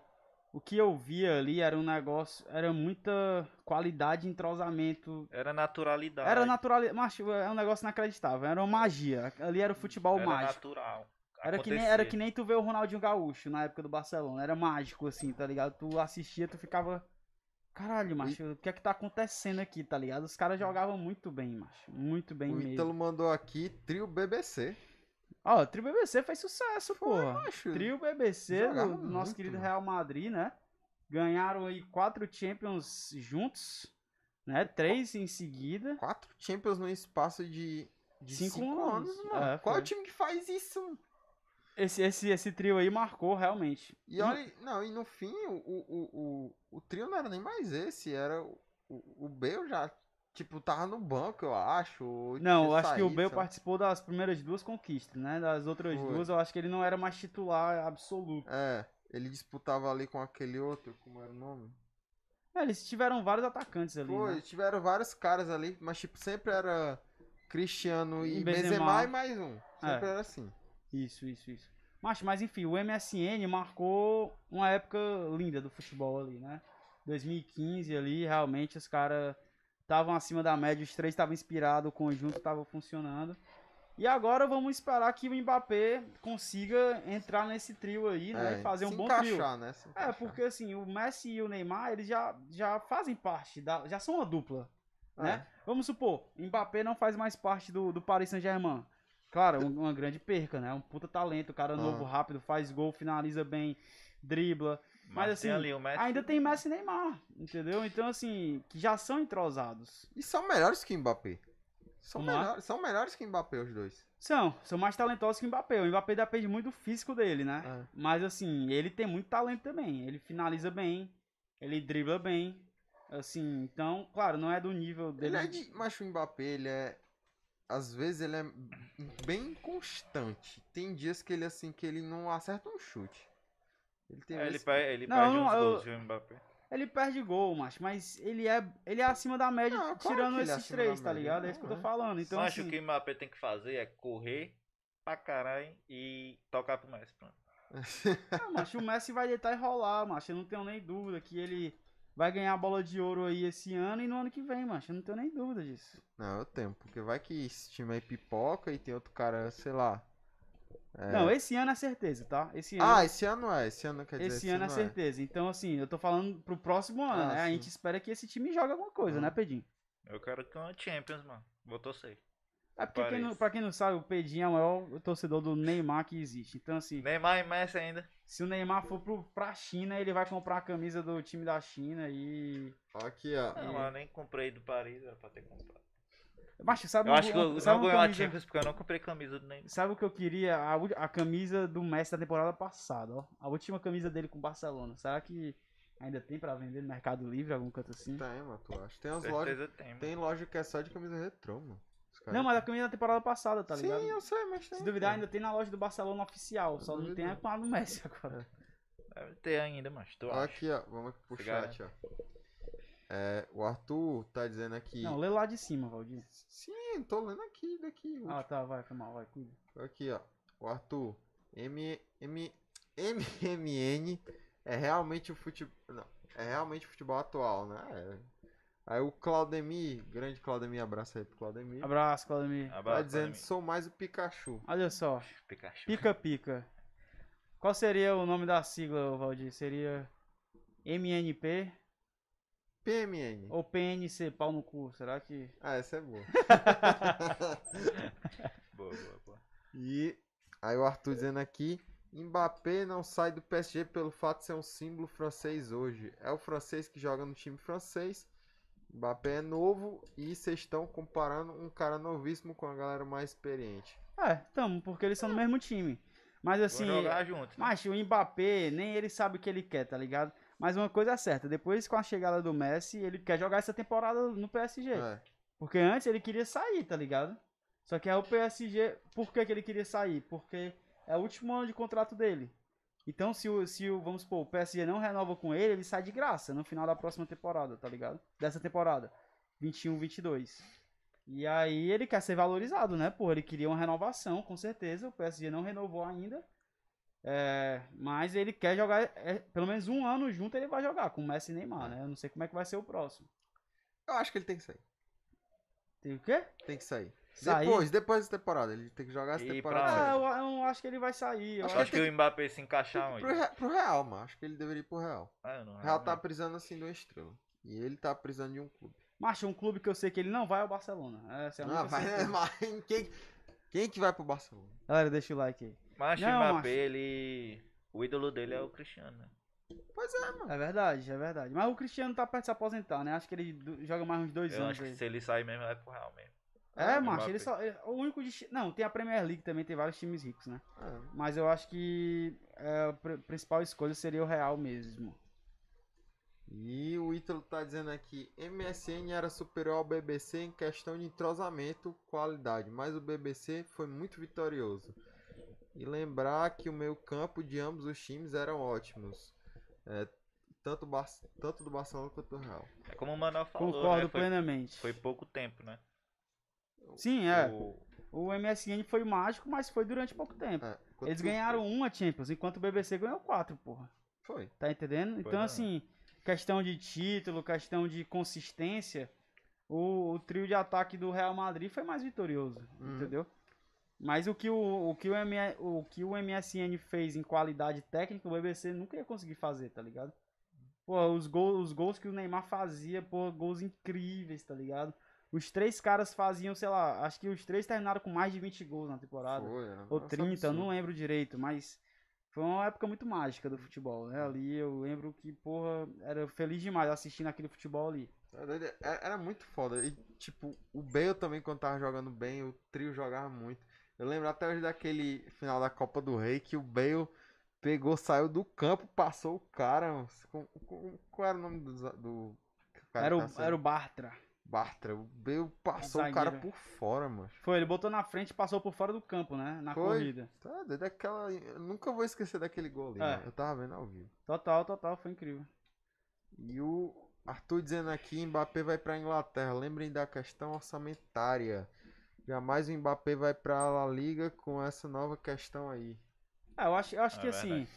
o que eu via ali era um negócio, era muita qualidade de entrosamento. Era naturalidade. Era natural, macho, é um negócio inacreditável, era uma magia. Ali era o futebol Era mágico. natural. Era que, nem, era que nem tu vê o Ronaldinho Gaúcho na época do Barcelona. Era mágico, assim, tá ligado? Tu assistia, tu ficava. Caralho, macho, o que é que tá acontecendo aqui, tá ligado? Os caras jogavam muito bem, macho. Muito bem O mesmo. Ítalo mandou aqui trio BBC. Ó, o Trio BBC fez sucesso, porra. Macho, Trio BBC do, Jogava do nosso muito, querido mano. Real Madrid, né? Ganharam aí quatro Champions juntos, né? Três em seguida. Quatro Champions num espaço de, de Cinco cinco, anos. anos, mano. É, Qual é foi. o time que faz isso? mano? Esse, esse, esse trio aí marcou realmente. E olha, não, e no fim, o, o, o, o, o trio não era nem mais esse, era o, o, o Bale já, tipo, tava no banco, eu acho. ou Não, tinha eu acho que o saído, Bale sei lá. participou das primeiras duas conquistas, né? Das outras Foi. duas, eu acho que ele não era mais titular absoluto. É, ele disputava ali com aquele outro, como era o nome? É, eles tiveram vários atacantes ali, Foi, né? tiveram vários caras ali, mas tipo, sempre era Cristiano e E Benzema, Benzema. É. e mais um. Sempre era assim. Isso, isso, isso. Mas, mas enfim, o MSN marcou uma época linda do futebol ali, né? 2015 ali, realmente os caras estavam acima da média, os três estavam inspirados, o conjunto estava funcionando. E agora vamos esperar que o Mbappé consiga entrar nesse trio aí, né? É, e fazer se um bom trio. encaixar, né? se É, encaixar. porque assim, o Messi e o Neymar, eles já, já fazem parte, da, já são uma dupla, É. né? Vamos supor, Mbappé não faz mais parte do, do Paris Saint-Germain. Claro, um- uma grande perca, né? Um puta talento, Ah. cara novo, rápido, faz gol, finaliza bem, dribla. Mas, Mas, tem assim, ali o Messi. Ainda tem Messi e Neymar, entendeu? Então, assim, que já são entrosados. E são melhores que Mbappé. São Vamos lá. melhores, são melhores que Mbappé os dois. São, são mais talentosos que o Mbappé. O Mbappé depende muito do físico dele, né? É. Mas assim, ele tem muito talento também. Ele finaliza bem, ele dribla bem. Assim, então, claro, não é do nível Ele dele. é de, mas o Mbappé, ele é às vezes ele é bem constante. Tem dias que ele assim que ele não acerta um chute. Ele tem É, ele vezes- pe- ele Não, perde não, uns eu- gols, viu, Mbappé? Ele perde gol, macho, mas ele é, ele é acima da média, Ah, claro tirando que ele é esses acima da três, tá média, ligado? É não, isso que eu tô é. falando. Então, Então, acho assim, que o Mbappé tem que fazer é correr pra caralho e tocar pro Messi. Pronto. ah, macho, o Messi vai deitar e rolar, macho. Eu não tenho nem dúvida que ele vai ganhar a bola de ouro aí esse ano e no ano que vem, macho. Eu não tenho nem dúvida disso. <laughs> Não, eu tenho, porque vai que esse time aí pipoca e tem outro cara, sei lá. Não, esse ano é certeza, tá? Esse ano Ah, esse ano é, esse ano quer dizer, Esse ano é certeza. Então, assim, eu tô falando pro próximo ano, Ah, né? A sim. gente espera que esse time jogue alguma coisa, Ah. né, Pedinho? Eu quero que uma Champions, mano. Botou sei. É porque, quem não, Parece. pra quem não sabe, o Pedinho é o maior torcedor do Neymar que existe. Então, assim, Neymar e Messi ainda. se o Neymar for pro, pra China, ele vai comprar a camisa do time da China e. Ó, Aqui, ó. Não, É, eu nem comprei do Paris, era pra ter comprado. Macho, sabe Eu um- acho que eu um- não sabe uma ganhou a camisa- Champions porque eu não comprei camisa do Neymar. Sabe o que eu queria? A, ú- a camisa do Messi da temporada passada, ó. A última camisa dele com o Barcelona. Será que ainda tem pra vender no Mercado Livre, algum canto assim? Tem, mano, tu acha? Tem umas lojas. Certeza tem, mano. Tem loja que é só de camisa retrô, mano. Os caras- Não, mas a camisa da temporada passada, tá ligado? tá. Sim, eu sei, mas tem. Se duvidar, pô. ainda tem na loja do Barcelona oficial, só não tem duvido. a com a do Messi agora. Deve ter ainda, mas tu Ó, acha. Tá Aqui, ó. Vamos aqui pro Você chat, ó. É, o Arthur tá dizendo aqui. Não, lê lá de cima, Valdir. Sim, tô lendo aqui, daqui. Ah, tá, vai, foi mal, vai, cuida. Aqui, ó. O Arthur. M, M, MMN é realmente o futebol. Não, é realmente o futebol atual, né? É. Aí o Claudemir, grande Claudemir, abraço aí pro Claudemir. Abraço, Claudemir. Tá Abraço, dizendo, Ademir. sou mais o Pikachu. Olha só, Pikachu. pica-pica. Qual seria o nome da sigla, ô, Valdir? Seria MNP PMN. ou PNC, pau no cu? Será que... Ah, essa é boa. <laughs> Boa, boa, boa. E aí o Arthur dizendo aqui, Mbappé não sai do PSG pelo fato de ser um símbolo francês hoje. É o francês que joga no time francês. Mbappé é novo e vocês estão comparando um cara novíssimo com a galera mais experiente. É, tamo, porque eles são do mesmo time. Mas assim, Vou jogar junto. né? Mas o Mbappé, nem ele sabe o que ele quer, tá ligado? Mas uma coisa é certa, depois com a chegada do Messi, ele quer jogar essa temporada no PSG. É. Porque antes ele queria sair, tá ligado? Só que aí o PSG, por que, que ele queria sair? Porque é o último ano de contrato dele. Então, se o, se o, vamos supor, o PSG não renova com ele, ele sai de graça no final da próxima temporada, tá ligado? Dessa temporada. 21, 22. E aí ele quer ser valorizado, né? Pô, ele queria uma renovação, com certeza. O PSG não renovou ainda. É, mas ele quer jogar, é, pelo menos um ano junto ele vai jogar com o Messi e Neymar, né? Eu não sei como é que vai ser o próximo. Eu acho que ele tem que sair. Tem o quê? Tem que sair. Sair? Depois, depois da temporada. Ele tem que jogar essa E temporada. pra- Ah, toda. eu, eu acho que ele vai sair. Eu Eu Acho acho, acho que, o Mbappé se encaixar pro, onde? Re- pro Real, mano. Acho que ele deveria ir pro Real. Ah, eu não- O Real tá precisando assim de uma estrela. E ele tá precisando de um clube. Macho, um clube que eu sei que ele não vai é o Barcelona. Essa é a Então, Ah, única vai, <laughs> <laughs> certeza. mas quem, quem que vai pro Barcelona? Galera, deixa o like aí. Mas o Não, Mbappé, macho. ele. O ídolo dele é o Cristiano, né? Pois é, mano. É verdade, é verdade. Mas o Cristiano tá perto de se aposentar, né? Acho que ele do- joga mais uns dois Eu anos acho que aí. se ele sair mesmo, vai pro Real mesmo. É, o macho, Mbappé. ele só. ele- o único de. Não, tem a Premier League também, tem vários times ricos, né? É. Mas eu acho que é, a pr- principal escolha seria o Real mesmo. E o Ítalo tá dizendo aqui: MSN era superior ao BBC em questão de entrosamento, qualidade, mas o BBC foi muito vitorioso. E lembrar que o meio-campo de ambos os times eram ótimos. É, tanto, o Bar- tanto do Barcelona quanto do Real. É como o Manuel falou, Concordo né? Foi, plenamente. foi pouco tempo, né? Sim, é. O- O MSN foi mágico, mas foi durante pouco tempo. É, quanto Eles que ganharam uma Champions, enquanto o BBC ganhou quatro, porra. Foi. Tá entendendo? Então, é. assim, questão de título, questão de consistência, o, o trio de ataque do Real Madrid foi mais vitorioso, Uhum. entendeu? Mas o que o, o, que o, M, o que o MSN fez em qualidade técnica, o BBC nunca ia conseguir fazer, tá ligado? Pô, os gols, os gols que o Neymar fazia, pô, gols incríveis, tá ligado? Os três caras faziam, sei lá, acho que os três terminaram com mais de 20 gols na temporada Foi, era um ou negócio 30, eu não absurdo. lembro direito, mas foi uma época muito mágica do futebol, né? Ali eu lembro que, porra, era feliz demais assistindo aquele futebol ali. Tá doido? É- Era muito foda. E, tipo, o Bale também, quando tava jogando bem, o trio jogava muito. Eu lembro até hoje daquele final da Copa do Rei que o Bale pegou, saiu do campo, passou o cara. mano. Com- com- qual era o nome do. za- do cara tá Era que o, tava saindo? era o Bartra. Bartra. O Bale passou o cara Zagueiro. é. por fora, mano. Foi, ele botou na frente e passou por fora do campo, né? Na Foi. corrida. Tá doido? Aquela... Eu nunca vou esquecer daquele gol ali. É. mano. Eu tava vendo ao vivo. Total, total, foi incrível. E o Arthur dizendo aqui, Mbappé vai pra Inglaterra. Lembrem da questão orçamentária. Jamais o Mbappé vai pra La Liga com essa nova questão aí. É, eu acho, eu acho É que assim, verdade.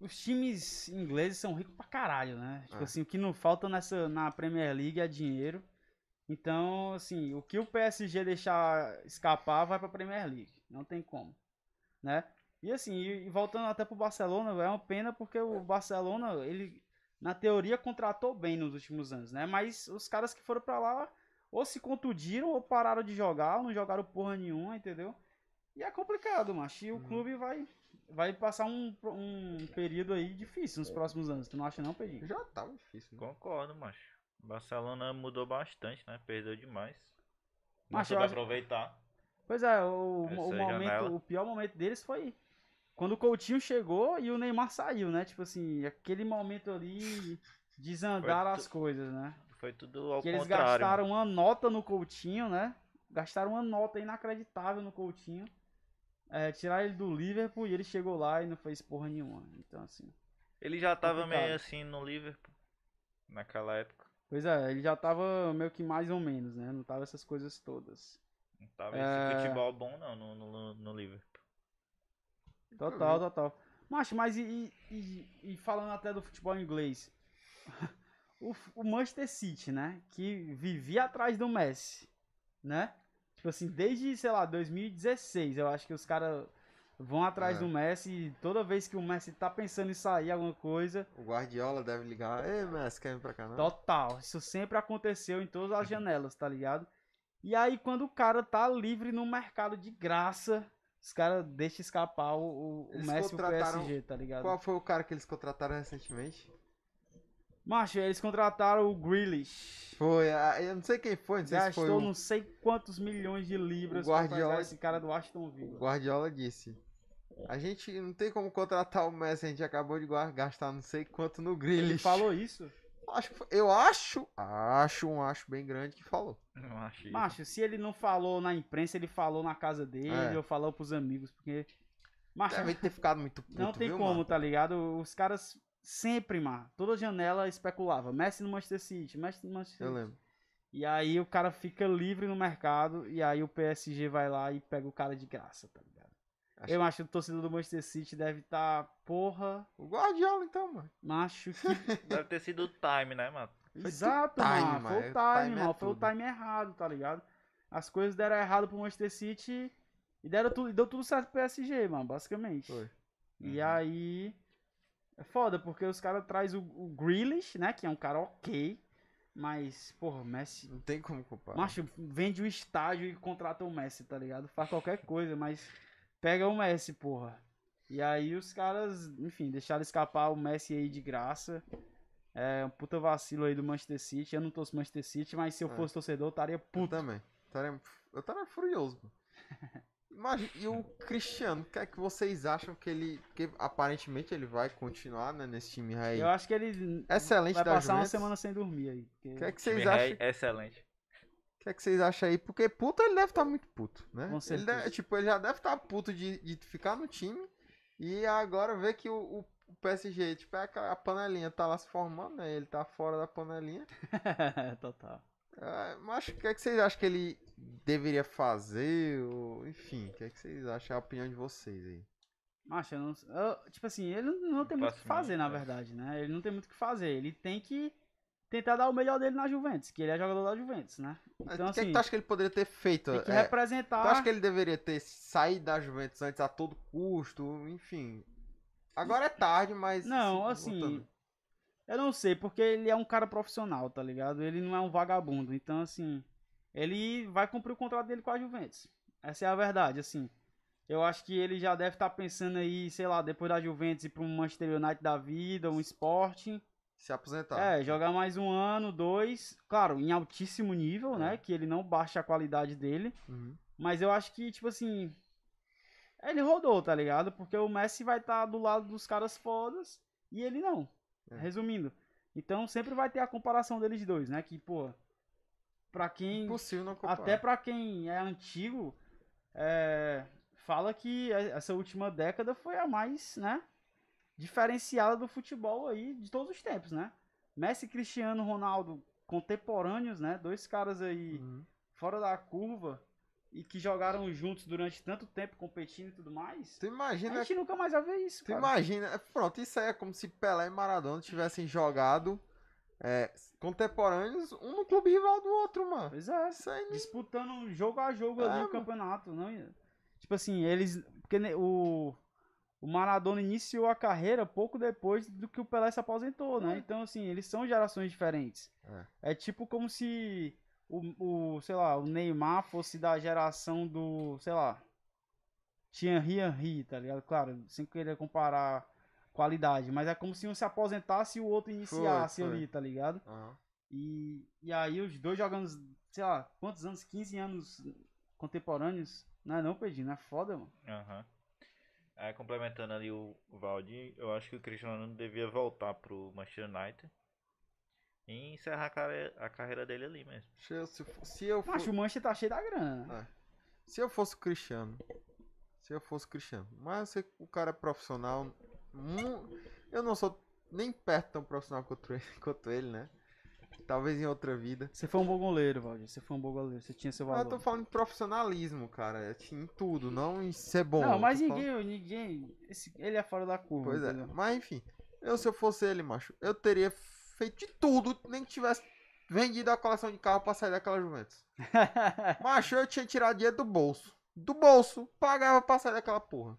os times ingleses são ricos pra caralho, né? Tipo É. assim, o que não falta nessa, na Premier League é dinheiro. Então, assim, o que o PSG deixar escapar vai pra Premier League. Não tem como, né? E assim, e, e voltando até pro Barcelona, é uma pena porque o Barcelona, ele, na teoria, contratou bem nos últimos anos, né? Mas os caras que foram pra lá ou se contundiram ou pararam de jogar, ou não jogaram porra nenhuma, entendeu? E é complicado, macho. E o Uhum. clube vai, vai passar um, É. um período aí difícil nos próximos anos. Tu não acha não, Pedrinho? Já tava difícil, né? Concordo, macho. O Barcelona mudou bastante, né? Perdeu demais. Não Macho, soube eu acho- aproveitar. Pois é, o, Essa o é a momento, janela. o pior momento deles foi quando o Coutinho chegou e o Neymar saiu, né? Tipo assim, aquele momento ali desandaram Foi tu- as coisas, né? Foi tudo ao que eles contrário. gastaram uma nota no Coutinho, né? Gastaram uma nota inacreditável no Coutinho. É, tiraram ele do Liverpool e ele chegou lá e não fez porra nenhuma. Então, assim. Ele já tava Complicado. meio assim no Liverpool. Naquela época. Pois é, ele já tava meio que mais ou menos, né? Não tava essas coisas todas. Não tava É. esse futebol bom, não, no, no, no Liverpool. <laughs> Total, total. Macho, mas e, e- e- e falando até do futebol inglês, <laughs> o, f- o Manchester City, né? Que vivia atrás do Messi, né? Tipo assim, desde, sei lá, 2016, eu acho que os caras vão atrás É. do Messi e toda vez que o Messi tá pensando em sair alguma coisa, O Guardiola deve ligar. Ei, Messi, quer vir pra cá, não? Tá total. Isso sempre aconteceu em <laughs> todas as janelas, tá ligado? E aí, quando o cara tá livre no mercado de graça, os caras deixam escapar o, o- o Eles Messi e o contrataram- PSG, tá ligado? Qual foi o cara que eles contrataram recentemente? Macho, eles contrataram o Grealish. Foi, ah, eu não sei quem foi, não sei se foi Gastou o não sei quantos milhões de libras o Guardiola- pra pegar esse cara do Aston o Villa. Guardiola disse. A gente não tem como contratar o Messi, a gente acabou de guar- gastar não sei quanto no Grealish. Ele falou isso? Acho que foi- eu acho, acho um acho bem grande que falou. Não achei. Macho, se ele não falou na imprensa, ele falou na casa dele É. ou falou pros amigos, porque... Macho, Deve ter ficado muito puto, não tem viu, como, mano? tá ligado? Os caras sempre, mano, toda janela especulava. Messi no Manchester City, Messi no Manchester Eu City. lembro. E aí o cara fica livre no mercado e aí o PSG vai lá e pega o cara de graça, tá ligado? Eu acho que o torcedor do Manchester City deve estar, porra, O Guardiola, então, mano. macho, <laughs> que. Deve ter sido o time, né, mano? Foi Exato, time, mano. mano. Foi o time, Time é mano. Foi o tudo. time errado, tá ligado? As coisas deram errado pro Manchester City e deram tudo, e deu tudo certo pro PSG, mano, basicamente. Foi. E Uhum. aí. É foda, porque os caras trazem o, o Grealish, né? Que é um cara ok. Mas, porra, o Messi. Não tem como comparar. Macho, vende o estádio e contrata o Messi, tá ligado? Faz qualquer coisa, mas pega o Messi, porra. E aí os caras, enfim, deixaram escapar o Messi aí de graça. É um puta vacilo aí do Manchester City. Eu não torço Manchester City, mas se eu É. fosse torcedor, eu estaria Eu puto. também. Estaria- Eu estaria furioso, <laughs> mano. Imagina, e o Cristiano, o que é que vocês acham que ele. Porque aparentemente ele vai continuar né, nesse time aí. Eu acho que ele Excelente vai da passar uma Juventus. semana sem dormir aí. O porque- que é que Time vocês rei, acham? Excelente. O que é que vocês acham aí? Porque puto ele deve estar muito puto, né? Com ele certeza. deve- tipo, ele já deve estar puto de, de ficar no time e agora ver que o, o- o PSG, tipo, é aquela- a panelinha tá lá se formando, né? Ele tá fora da panelinha. <laughs> Total. Ah, Mas o que é que vocês acham que ele deveria fazer? Ou, enfim, o que é que vocês acham? É a opinião de vocês aí. Macho, eu não, eu- tipo assim, ele não, não tem muito o que faço fazer, na ideia. verdade, né? Ele não tem muito o que fazer. Ele tem que tentar dar o melhor dele na Juventus, que ele é jogador da Juventus, né? Mas Então, o que é que assim, tu acha que ele poderia ter feito? tem que É, representar. Tu acha que ele deveria ter saído da Juventus antes a todo custo? Enfim. Agora é tarde, mas. Não, assim, voltando. eu não sei, porque ele é um cara profissional, tá ligado? Ele não é um vagabundo. Então, assim, ele vai cumprir o contrato dele com a Juventus. Essa é a verdade, assim. Eu acho que ele já deve estar pensando aí, sei lá, depois da Juventus ir para um Manchester United da vida, um Sporting. Se aposentar. É, jogar mais um ano, dois. Claro, em altíssimo nível, né? É. Que ele não baixa a qualidade dele. Uhum. Mas eu acho que, tipo assim. Ele rodou, tá ligado? Porque o Messi vai estar do lado dos caras fodas e ele não. É. Resumindo. Então sempre vai ter a comparação deles dois, né? Que, pô. Pra quem. Impossível não comparar. Até pra quem é antigo, é, fala que e- essa última década foi a mais, né, diferenciada do futebol aí de todos os tempos, né? Messi, Cristiano, Ronaldo, contemporâneos, né? Dois caras aí Uhum. fora da curva e que jogaram juntos durante tanto tempo competindo e tudo mais. Tu A imagina. gente nunca mais vai ver isso, Tu cara. imagina. Pronto, isso aí é como se Pelé e Maradona tivessem jogado é, contemporâneos, um no clube rival do outro, mano. Pois é. Isso aí. disputando jogo a jogo É, ali o mano. campeonato. Não, ia- tipo assim, eles. Porque ne- o, o Maradona iniciou a carreira pouco depois do que o Pelé se aposentou, É. né? Então, assim, eles são gerações diferentes. É, tipo como se o, o, sei lá, o Neymar fosse da geração do, sei lá, Thierry Henry, tá ligado? Claro, sem querer comparar qualidade, mas é como se um se aposentasse e o outro iniciasse foi. ali, tá ligado? Aham. E, e aí os dois jogando, sei lá, quantos anos? 15 anos contemporâneos? Não é não, Pedinho, é foda, mano. Aham. Aí, complementando ali o o Valdir, eu acho que o Cristiano Ronaldo devia voltar pro Manchester United e encerrar a, care- a carreira dele ali mesmo. Se eu- Se, eu- se eu for- Macho, o Manchester tá cheio da grana, né? Se eu fosse o Cristiano. Se eu fosse o Cristiano. Mas eu sei que o cara é profissional. mu- Eu não sou nem perto tão profissional quanto ele, <laughs> quanto ele, né? Talvez em outra vida. Você foi um bom goleiro, Valdir, você foi um bom goleiro, você tinha seu Mas valor. Ah, eu tô falando de profissionalismo, cara. é assim, Em tudo, não em ser bom. não, Eu mas tô falando- ninguém, ninguém, esse- ele é fora da curva, Pois é. <laughs> entendeu? Mas enfim. Eu, se eu fosse ele, macho, eu teria feito de tudo. Nem que tivesse vendido a coleção de carro pra sair daquela Juventus. Macho, eu tinha tirado dinheiro do bolso. Do bolso. Pagava pra sair daquela porra.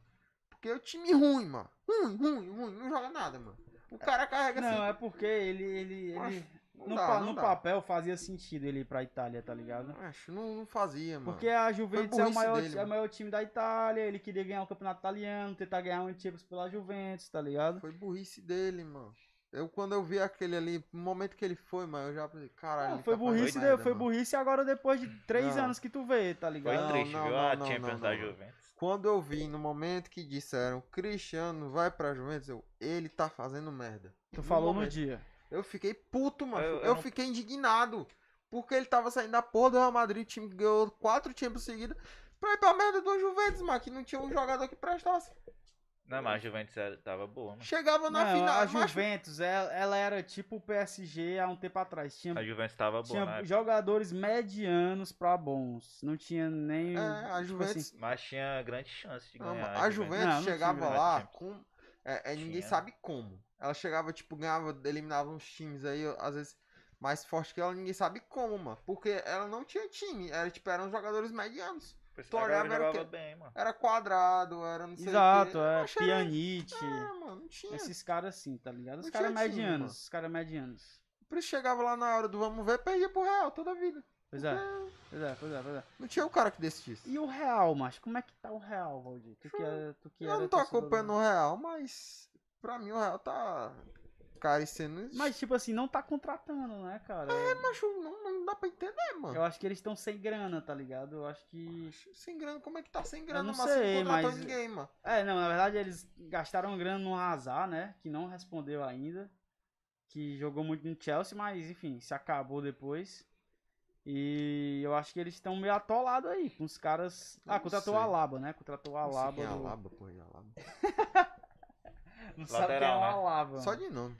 Porque o time ruim, mano. Ruim, ruim, ruim. Não joga nada, mano. O cara carrega não, assim. é porque ele, ele, ele Macho, não no, dá, pa- não no dá. papel fazia sentido ele ir pra Itália, tá ligado? Macho, não, não fazia, mano. Porque a Juventus é o, burrice maior, dele, é o mano. maior time da Itália, ele queria ganhar o campeonato italiano, tentar ganhar um Champions pela Juventus, tá ligado? Foi burrice dele, mano. Eu, quando eu vi aquele ali, no momento que ele foi, mano, eu já pensei, caralho. Não, ele Ah, foi tá fazendo burrice, merda, de, foi mano. burrice agora depois de três Não. anos que tu vê, tá Foi Não, ligado? triste, não, viu? não, a não, Champions não, da não. Juventus. Quando eu vi no momento que disseram Cristiano vai pra Juventus, eu, ele tá fazendo merda. Tu falou no momento. dia. Eu fiquei puto, mano. Eu- Eu, eu não- fiquei indignado. Porque ele tava saindo da porra do Real Madrid, o time que ganhou quatro Champions seguidas, pra ir pra merda do Juventus, mano, que não tinha um jogador que prestasse. Não, mas a Juventus era- tava boa, mano. Chegava na Não, final. a mas- Juventus, ela, ela era tipo o PSG há um tempo atrás. Tinha, A Juventus tava boa, tinha né? jogadores medianos pra bons. Não tinha nem. É, a tipo Juventus. assim, Mas tinha grande chance de Não, ganhar. a Juventus Não, não tinha chegava ganhado lá Champions. com. É, é, ninguém Tinha. sabe como. Ela chegava, tipo, ganhava, eliminava uns times aí, às vezes mais forte que ela, ninguém sabe como, mano. Porque ela não tinha time, era tipo, eram jogadores medianos. Pois Tu a galera olhava, era o jogava quê? bem, mano. Era quadrado, era não sei o quê. exato, é. Poxa, era- Pianite. É, mano, não tinha. Esses caras assim, tá ligado? Os Não caras tinha time, mano. medianos. Os caras medianos. Por isso chegava lá na hora do vamos ver, perdia pro Real toda a vida. Pois é. Pois é, pois é, pois é. Não tinha o cara que decidisse. E o Real, macho? Como é que tá o Real, Valdir? Tu que era, tu que Eu era não tô torcedor do- acompanhando o Real, mas pra mim o Real tá carecendo. Mas, tipo assim, não tá contratando, né, cara? macho, não, não dá pra entender, mano. Eu acho que eles estão sem grana, tá ligado? Eu acho que. Sem grana, como é que tá sem grana? não mas você sei, não contratou mas- ninguém, mano. É, não, na verdade eles gastaram grana no Hazard, né? Que não respondeu ainda. Que jogou muito no Chelsea, mas enfim, se acabou depois. E eu acho que eles estão meio atolados aí, com os caras. Ah, Não contratou o sei. Alaba, né? Contratou o Nossa, Alaba. quem é do- Alaba, pô, é Alaba. Não sabe quem é Lateral, o né? Alaba. Só de nome.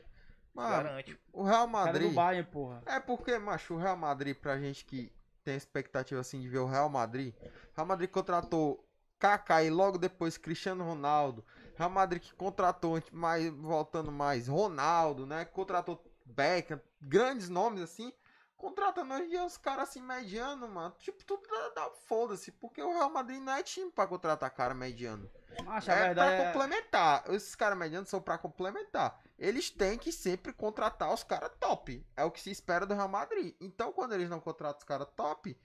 Mas Garante. o Real Cara do Madrid. Bayern, porra. É porque, macho, o Real Madrid, pra gente que tem expectativa assim de ver o Real Madrid, Real Madrid contratou Kaká e logo depois Cristiano Ronaldo. Real Madrid que contratou, antes- mais, voltando mais, Ronaldo, né? Contratou Beckham, grandes nomes assim. Contratando hoje em dia os caras assim, mediano, mano. Tipo, tudo dá, dá foda-se, porque o Real Madrid não é time pra contratar cara mediano. Mas a É verdade pra é... complementar. Esses caras medianos são pra complementar. Eles têm que sempre contratar os caras top. É o que se espera do Real Madrid. Então, quando eles não contratam os caras top,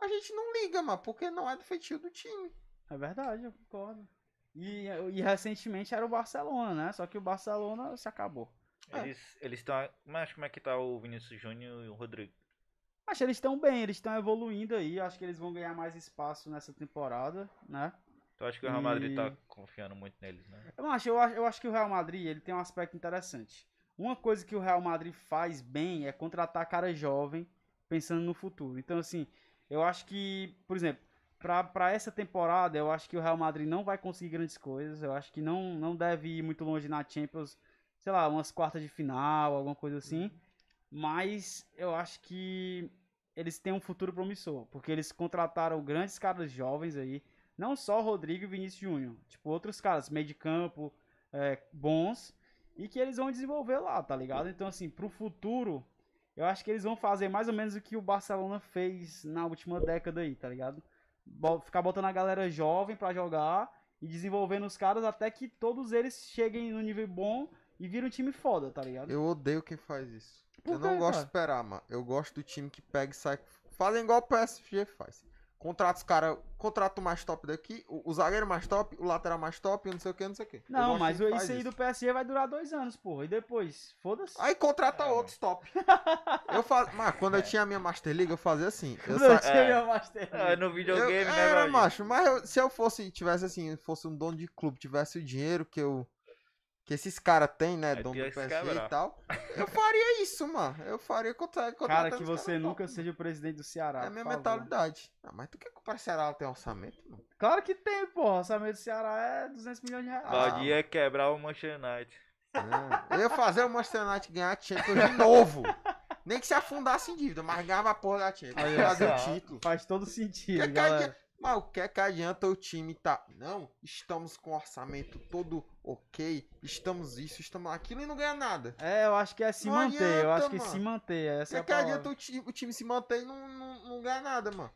a gente não liga, mano, porque não é do feitio do time. É verdade, eu concordo. E, e recentemente era o Barcelona, né? Só que o Barcelona se acabou. É. Eles estão. Mas como é que tá o Vinícius Júnior e o Rodrigo? Acho que eles estão bem, eles estão evoluindo aí. Acho que eles vão ganhar mais espaço nessa temporada, né? Tu acha que o Real Madrid E- tá confiando muito neles, né? Eu acho, eu acho, eu acho que o Real Madrid ele tem um aspecto interessante. Uma coisa que o Real Madrid faz bem é contratar cara jovem pensando no futuro. Então, assim, eu acho que, por exemplo, pra, pra essa temporada, eu acho que o Real Madrid não vai conseguir grandes coisas. Eu acho que não, não deve ir muito longe na Champions, sei lá, umas quartas de final, alguma coisa assim. Mas eu acho que eles têm um futuro promissor, porque eles contrataram grandes caras jovens aí. Não só Rodrigo e Vinícius Júnior, tipo outros caras, meio de campo, é, bons, e que eles vão desenvolver lá, tá ligado? Então, assim, pro futuro, eu acho que eles vão fazer mais ou menos o que o Barcelona fez na última década aí, tá ligado? Bo- Ficar botando a galera jovem pra jogar e desenvolvendo os caras até que todos eles cheguem no nível bom e viram um time foda, tá ligado? Eu odeio quem faz isso. Por eu não quê, gosto de cara? esperar, mano. Eu gosto do time que pega e sai. Fazem igual o PSG faz. Contrata os caras, contrata o mais top daqui, o, o zagueiro mais top, o lateral mais top, e não sei o que, não sei o que. Não, mas isso aí do PSG vai durar dois anos, porra. E depois, foda-se. Aí contrata É, outros top. <laughs> Eu faz... Mas quando eu tinha a minha Master League, eu fazia assim. Eu <laughs> Não, sa... tinha é. minha Master Ah, League. no eu... videogame, né, Era, velho? macho, mas eu- se eu fosse, tivesse assim, fosse um dono de clube, tivesse o dinheiro que eu. Que esses caras têm, né? Aí tu dono ia do se PSG e quebrar. tal. <laughs> Eu faria isso, mano. Eu faria contra, <laughs> contratando Cara, que os você caras é nunca tá top. né? seja o presidente do Ceará. É a por minha favor. mentalidade. Ah, mas tu quer que o Ceará tem orçamento, mano? Claro que tem, porra. O orçamento do Ceará é 200 milhões de reais. Ah. Valdir ia é quebrar o Manchester United. Não. Eu ia fazer o Manchester United ganhar a Champions de <laughs> novo. Nem que se afundasse em dívida, mas ganhava a porra da Champions. Olha Fazer o só. título. Faz todo sentido, Que que galera. adianta- Mas o que é que adianta o time tá? Não, estamos com o orçamento todo ok, estamos isso, estamos aquilo e não ganha nada. É, eu acho que é se Não manter. eu adianta, acho que mano. se manter. Essa Você é é a que adianta palavra. o time, o time se manter e não, não, não ganhar nada, mano.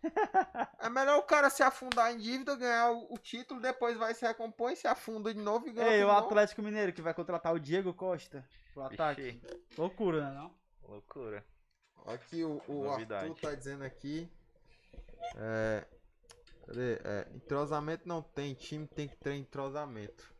É melhor o cara se afundar em dívida, ganhar o, o título, depois vai se recompõe, se afunda de novo e ganha. Ei, tudo o de Atlético Mineiro que vai contratar o Diego Costa pro ataque. Ixi, Loucura, né? Não? loucura. novo. Aqui o, o Novidade. Arthur tá dizendo aqui. É, cadê? É, entrosamento não tem, time tem que ter entrosamento.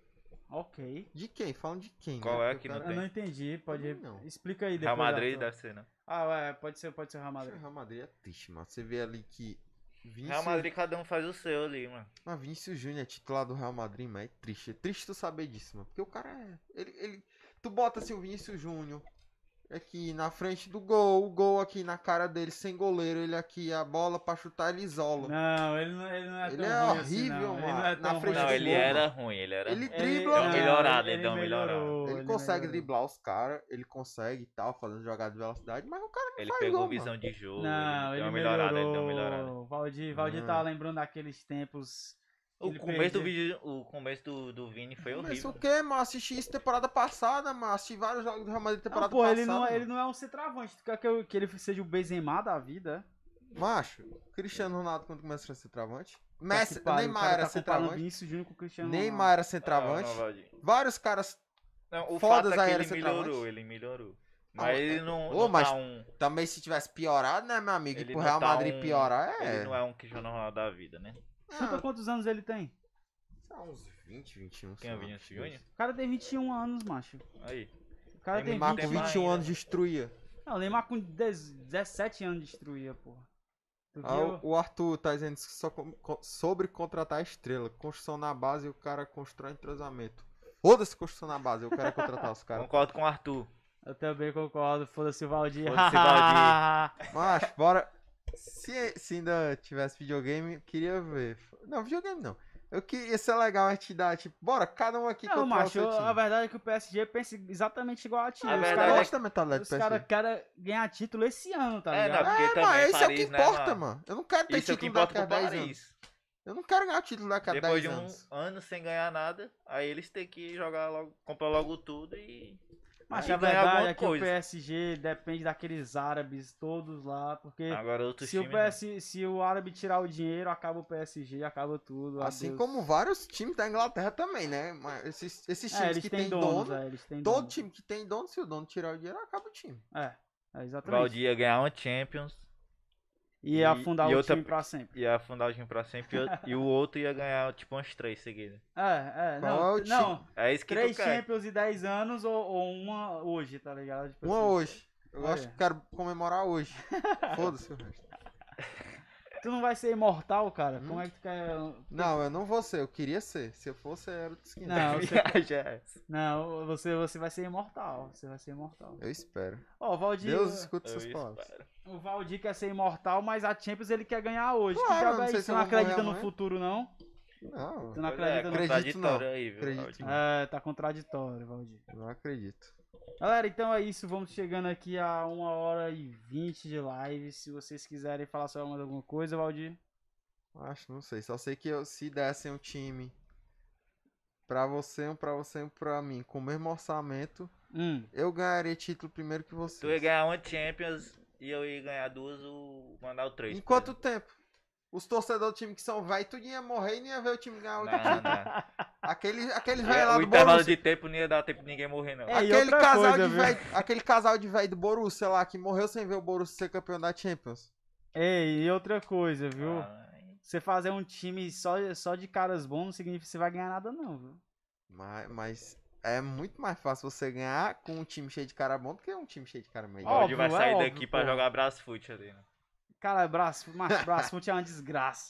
Ok. De quem? Falam de quem? né? Qual é Porque que o não cara- tem? Eu não entendi. Pode. Também não. Explica aí depois. Real Madrid Arthur. deve ser, né? Ah, é, pode ser, pode ser o Real Acho que o Madrid. Real Madrid é triste, mano. Você vê ali que Vinícius, Real Madrid cada um faz o seu ali, mano. Mas Vinícius Júnior é titular do Real Madrid, mas é triste. É triste tu saber disso, mano. Porque o cara é. Ele, ele... Tu bota assim o Vinícius Júnior. aqui na frente do gol, o gol aqui na cara dele, sem goleiro, ele aqui, a bola pra chutar, ele isola. Não, ele não, ele não é Ele tão é ruim assim, não. horrível, Ele não é mano. Na tão frente ruim Não, do assim, ele gol, era ruim, ele era Ele ruim. dribla, é um mano. melhorado, ele dá uma melhorou, Ele consegue melhorou. driblar os caras, ele consegue e tal, fazendo jogada de velocidade, mas o cara Ele tá faz pegou gol, visão de jogo, Não, ele ele deu uma melhorada, ele deu uma melhorada. melhorou. Valdir, Valdir tá Hum. lembrando daqueles tempos. O Ele começo do perdeu. vídeo, o começo do, do Vini foi Mas horrível. né? o que, mano? Assisti isso temporada passada, mano. Assisti vários jogos do Real Madrid temporada Não, pô, passada. Ah, ele não, mano. ele não é um centroavante. Tu quer que, eu- que ele seja o Benzema da vida? Macho, Cristiano Ronaldo quando começa a ser travante. Messi, Tá que pariu, o Neymar cara era tá comparando centroavante. Vinícius Júnior com o Cristiano Neymar era centroavante. É, Não, não, Valdir. Vários caras Não, o Fodas fato é aí que era ele melhorou, centroavante. ele melhorou. Ah, Mas mas- ele não, Ô, não mas tá um... também se tivesse piorado, né, meu amigo? E ele pro não Real tá Madrid um- piorar Ele é. não é um Cristiano Ronaldo da vida, né? Ronaldo. Chuta quantos anos ele tem? Há uns 20, 21. é- Quem é o Vinícius Júnior? O cara tem 21 anos, macho. Aí. O cara Tem tem, Neymar 20... com Tem mais 21 ainda. anos destruía. Não, o Neymar com 10 17 anos destruía, porra. Tu Ah, viu? o- o Arthur tá dizendo que só com- co- sobre contratar estrela. Construção na base e o cara constrói entrosamento. Foda-se construção na base, eu quero é contratar os caras. Concordo com o Arthur. Eu também concordo, foda-se o Valdir. Foda-se o <laughs> Valdir. Mas, bora. Se, se ainda tivesse videogame, eu queria ver. Não, videogame não. Eu que ia ser legal a te dar, tipo, bora, cada um aqui não, controla o macho, seu time. a verdade é que o PSG pensa exatamente igual a ti. A os Eu verdade é tá caras gosto da mentalidade os do PSG. cara querem ganhar título esse ano, tá É, ligado? não, porque É, também mas esse é o Paris, que né, importa, mano? mano. Eu não quero ter Isso é o que título daqui importa a pro 10 anos. Paris. Eu não quero ganhar título daqui a 10 Depois de um anos. ano sem ganhar nada, aí eles têm que jogar logo, comprar logo tudo e. Mas E a ganhar verdade alguma é que o coisa. PSG depende daqueles árabes todos lá, porque Agora outro se time. né? o, PS, se o árabe tirar o dinheiro, acaba o PSG, acaba tudo. Assim adeus. como vários times da Inglaterra também, né? Mas esses, esses é, times eles que têm tem dono, dono, velho, eles têm todo dono. time que tem dono, se o dono tirar o dinheiro, acaba o time. É, é O exatamente. Valdir ia ganhar uma Champions, E, E- afundar e o outra- time pra sempre. ia afundar o time pra sempre, e o- e o outro ia ganhar tipo umas três seguidas. É, Qual é é, não, o t- não É isso que três tu quer. Champions e 10 anos ou, ou uma hoje, tá ligado? Tipo Uma assim, Um é hoje. Eu Olha. acho que quero comemorar hoje. <laughs> Foda-se o resto. Tu não vai ser imortal, cara? Hum. Como é que tu quer... Não, eu não vou ser, eu queria ser. Se eu fosse, eu era o skin. Não, você- <laughs> Viagem é essa. Não, você, você vai ser imortal. Você vai ser imortal. Eu espero. Ó, o Valdir. Deus escuta Eu essas palavras. espero. O Valdir quer ser imortal, mas a Champions ele quer ganhar hoje. Claro, que diabo não é sei isso? se Tu eu não vou morrer acredita no amanhã. futuro, não? Não, Tu não Pois acredita é, no. acredito contraditório aí, viu, Acredito Valdir? não. É, tá contraditório, Valdir. eu não acredito. Galera, então é isso. Vamos chegando aqui a 1 hora e 20 de live. Se vocês quiserem falar sobre mais alguma coisa, Valdir. Acho, não sei. Só sei que eu- se dessem um time pra você, um pra você e um pra mim, com o mesmo orçamento, Hum. eu ganharia título primeiro que você. Tu ia ganhar uma Champions e eu ia ganhar duas, o mandar o três. Em quanto tempo? Os torcedores do time que são velho, tudo ia morrer e nem ia ver tá, o time ganhar Não, outro não, título. não. Aquele, aquele <laughs> velho lá o do intervalo Borussia. de tempo não ia dar tempo de ninguém morrer, não. É, e Aquele outra casal, coisa, de viu? velho, aquele casal de velho do Borussia lá que morreu sem ver o Borussia ser campeão da Champions. Ei, e outra coisa, viu? Ah, Você fazer um time só, só de caras bons não significa que você vai ganhar nada, não, viu? Mas, mas é muito mais fácil você ganhar com um time cheio de cara bom do que um time cheio de cara meio. O Valdir vai Óbvio, é sair óbvio, daqui pra porra. jogar Brasfoot ali, né? Cara, braço, <laughs> macho, Brasfoot é uma desgraça.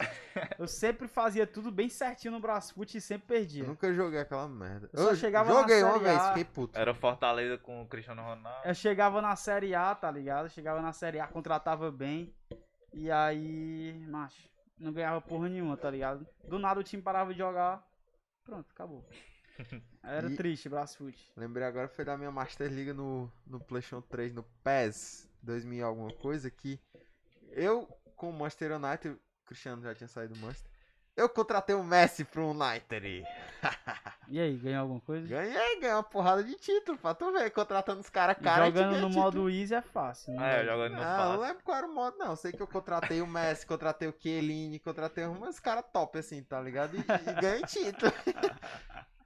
Eu sempre fazia tudo bem certinho no Brasfoot e sempre Eu perdia. nunca joguei aquela merda. Eu só Eu chegava na joguei uma Série vez, A. fiquei puto. Era o Fortaleza com o Cristiano Ronaldo. Eu chegava na Série A, tá ligado? Eu chegava na Série A, contratava bem. E aí, macho, não ganhava porra nenhuma, tá ligado? Do nada o time parava de jogar. Pronto, acabou. Era E- triste, Brasfoot. Lembrei agora foi da minha Master League no, no PlayStation 3, no PES 2000 e alguma coisa, que eu, com o Manchester United, o Cristiano já tinha saído do Manchester, eu contratei o Messi pro United. E aí, ganhou alguma coisa? Ganhei, ganhei uma porrada de título, pra tu ver, contratando os caras, cara, a gente Jogando ganha no título. modo easy é fácil, Ah, é, né? jogando no Ah, eu não fácil. lembro qual era o modo, não. Sei que eu contratei o Messi, contratei o Chiellini, contratei um uns caras top, assim, tá ligado? E, e ganhei <laughs> título.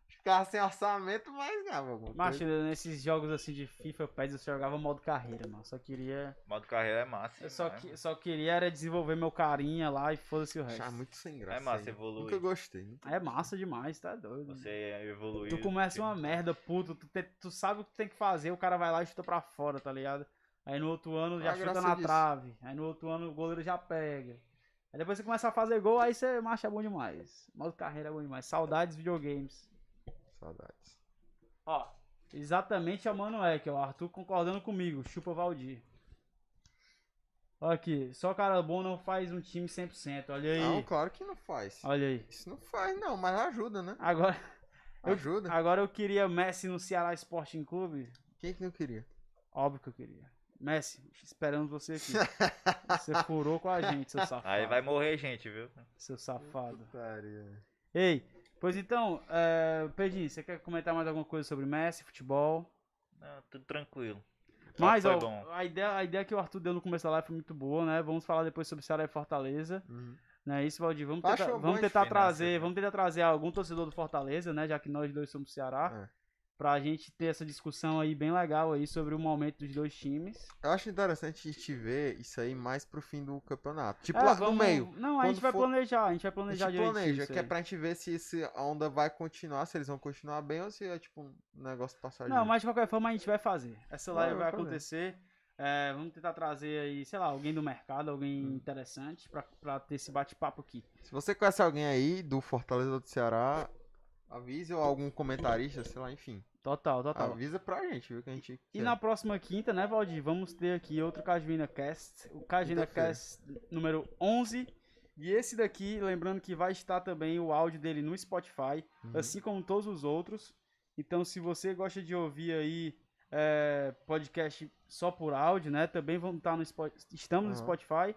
Ficava sem orçamento, mas né, ganhava alguma Macho, coisa. nesses jogos assim de FIFA, PES, eu só jogava modo carreira, mano. Só queria. Modo carreira é massa. Eu só, né? que, só queria era desenvolver meu carinha lá e foda-se o resto. Achava muito sem graça. É massa, hein? evolui. Nunca gostei. né? É massa demais, tá doido. Você tipo, evoluiu. Tu começa uma merda, puto, tu, te- tu sabe o que tu tem que fazer, o cara vai lá e chuta pra fora, tá ligado? Aí no outro ano já Qual a chuta graça na disso? trave, aí no outro ano o goleiro já pega. Aí depois você começa a fazer gol, aí você macho é bom demais. Modo carreira é bom demais. Saudades videogames. Saudades. Ó, Exatamente a Manoel, que é o Arthur concordando comigo. Chupa Valdir. Olha aqui, só cara bom não faz um time 100%. Olha aí. Não, claro que não faz. Olha aí. Isso não faz, não, mas ajuda, né? Agora, <laughs> Eu- Ajuda. agora eu queria Messi no Ceará Sporting Clube. Quem que não queria? Óbvio que eu queria. Messi, esperamos você aqui. Você furou com a gente, seu safado. Aí vai morrer gente, viu? Seu safado. Putaria. Ei, pois então, é, Pedrinho, você quer comentar mais alguma coisa sobre Messi, futebol? Não, tudo tranquilo. Só Mas, foi ó, bom. a ideia, a ideia que o Arthur deu no começo da live foi muito boa, né? Vamos falar depois sobre Ceará e Fortaleza, Uhum. né? Isso, Valdir, vamos Acho tentar, uma vamos boa tentar diferença, trazer, né? vamos tentar trazer algum torcedor do Fortaleza, né? Já que nós dois somos do Ceará, É. pra gente ter essa discussão aí bem legal aí sobre o momento dos dois times. Eu acho interessante a gente ver isso aí mais pro fim do campeonato. Tipo É, lá no vamos- meio. Não, a gente Quando vai for- planejar, a gente vai A planejar gente direitinho planeja, isso que é aí. pra gente ver se esse- a onda vai continuar, se eles vão continuar bem ou se é tipo um negócio passageiro. Não, mas de qualquer forma a gente vai fazer. Essa Vai, live vai vai fazer. acontecer. É, vamos tentar trazer aí, sei lá, alguém do mercado, alguém Hum. interessante pra, pra ter esse bate-papo aqui. Se você conhece alguém aí do Fortaleza ou do Ceará, avise ou algum comentarista, sei lá, enfim. Total, total. Avisa pra gente, viu? Que a gente. tá e quer. na próxima quinta, né, Valdir? Vamos ter aqui outro Cajvina Cast. O Cajvina Quinta-feira. Cast número 11. E esse daqui, lembrando que vai estar também o áudio dele no Spotify. Uhum. assim como todos os outros. Então, se você gosta de ouvir aí é, podcast só por áudio, né? Também vão estar no Spotify. Estamos no Aham. Spotify.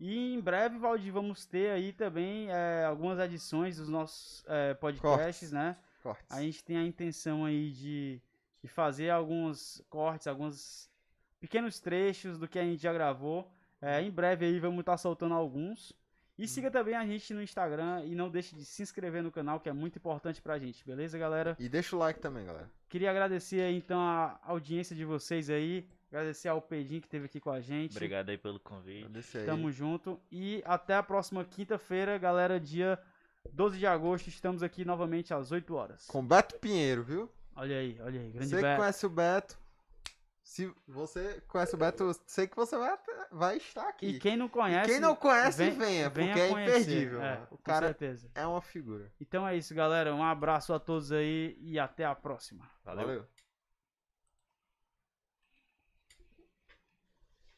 E em breve, Valdir, vamos ter aí também é, algumas edições dos nossos é, podcasts, Cortes. né? Cortes. A gente tem a intenção aí de, de fazer alguns cortes, alguns pequenos trechos do que a gente já gravou. É, em breve aí vamos estar soltando alguns. E Uhum. siga também a gente no Instagram e não deixe de se inscrever no canal, que é muito importante pra gente, beleza, galera? E deixa o like também, galera. Queria agradecer aí, então a audiência de vocês aí, agradecer ao Pedinho que esteve aqui com a gente. Obrigado aí pelo convite. Desce aí. Tamo junto e até a próxima quinta-feira, galera, dia 12 de agosto, estamos aqui novamente às 8 horas. Com Beto Pinheiro, viu? Olha aí, olha aí, grande você que Beto. conhece o Beto. Se você conhece o Beto, eu sei que você vai, até- vai estar aqui. E quem não conhece, Quem não conhece, vem- venha, venha porque é conhecer, imperdível. é, mano. O com cara certeza. é uma figura. Então é isso, galera. Um abraço a todos aí e até a próxima. Valeu.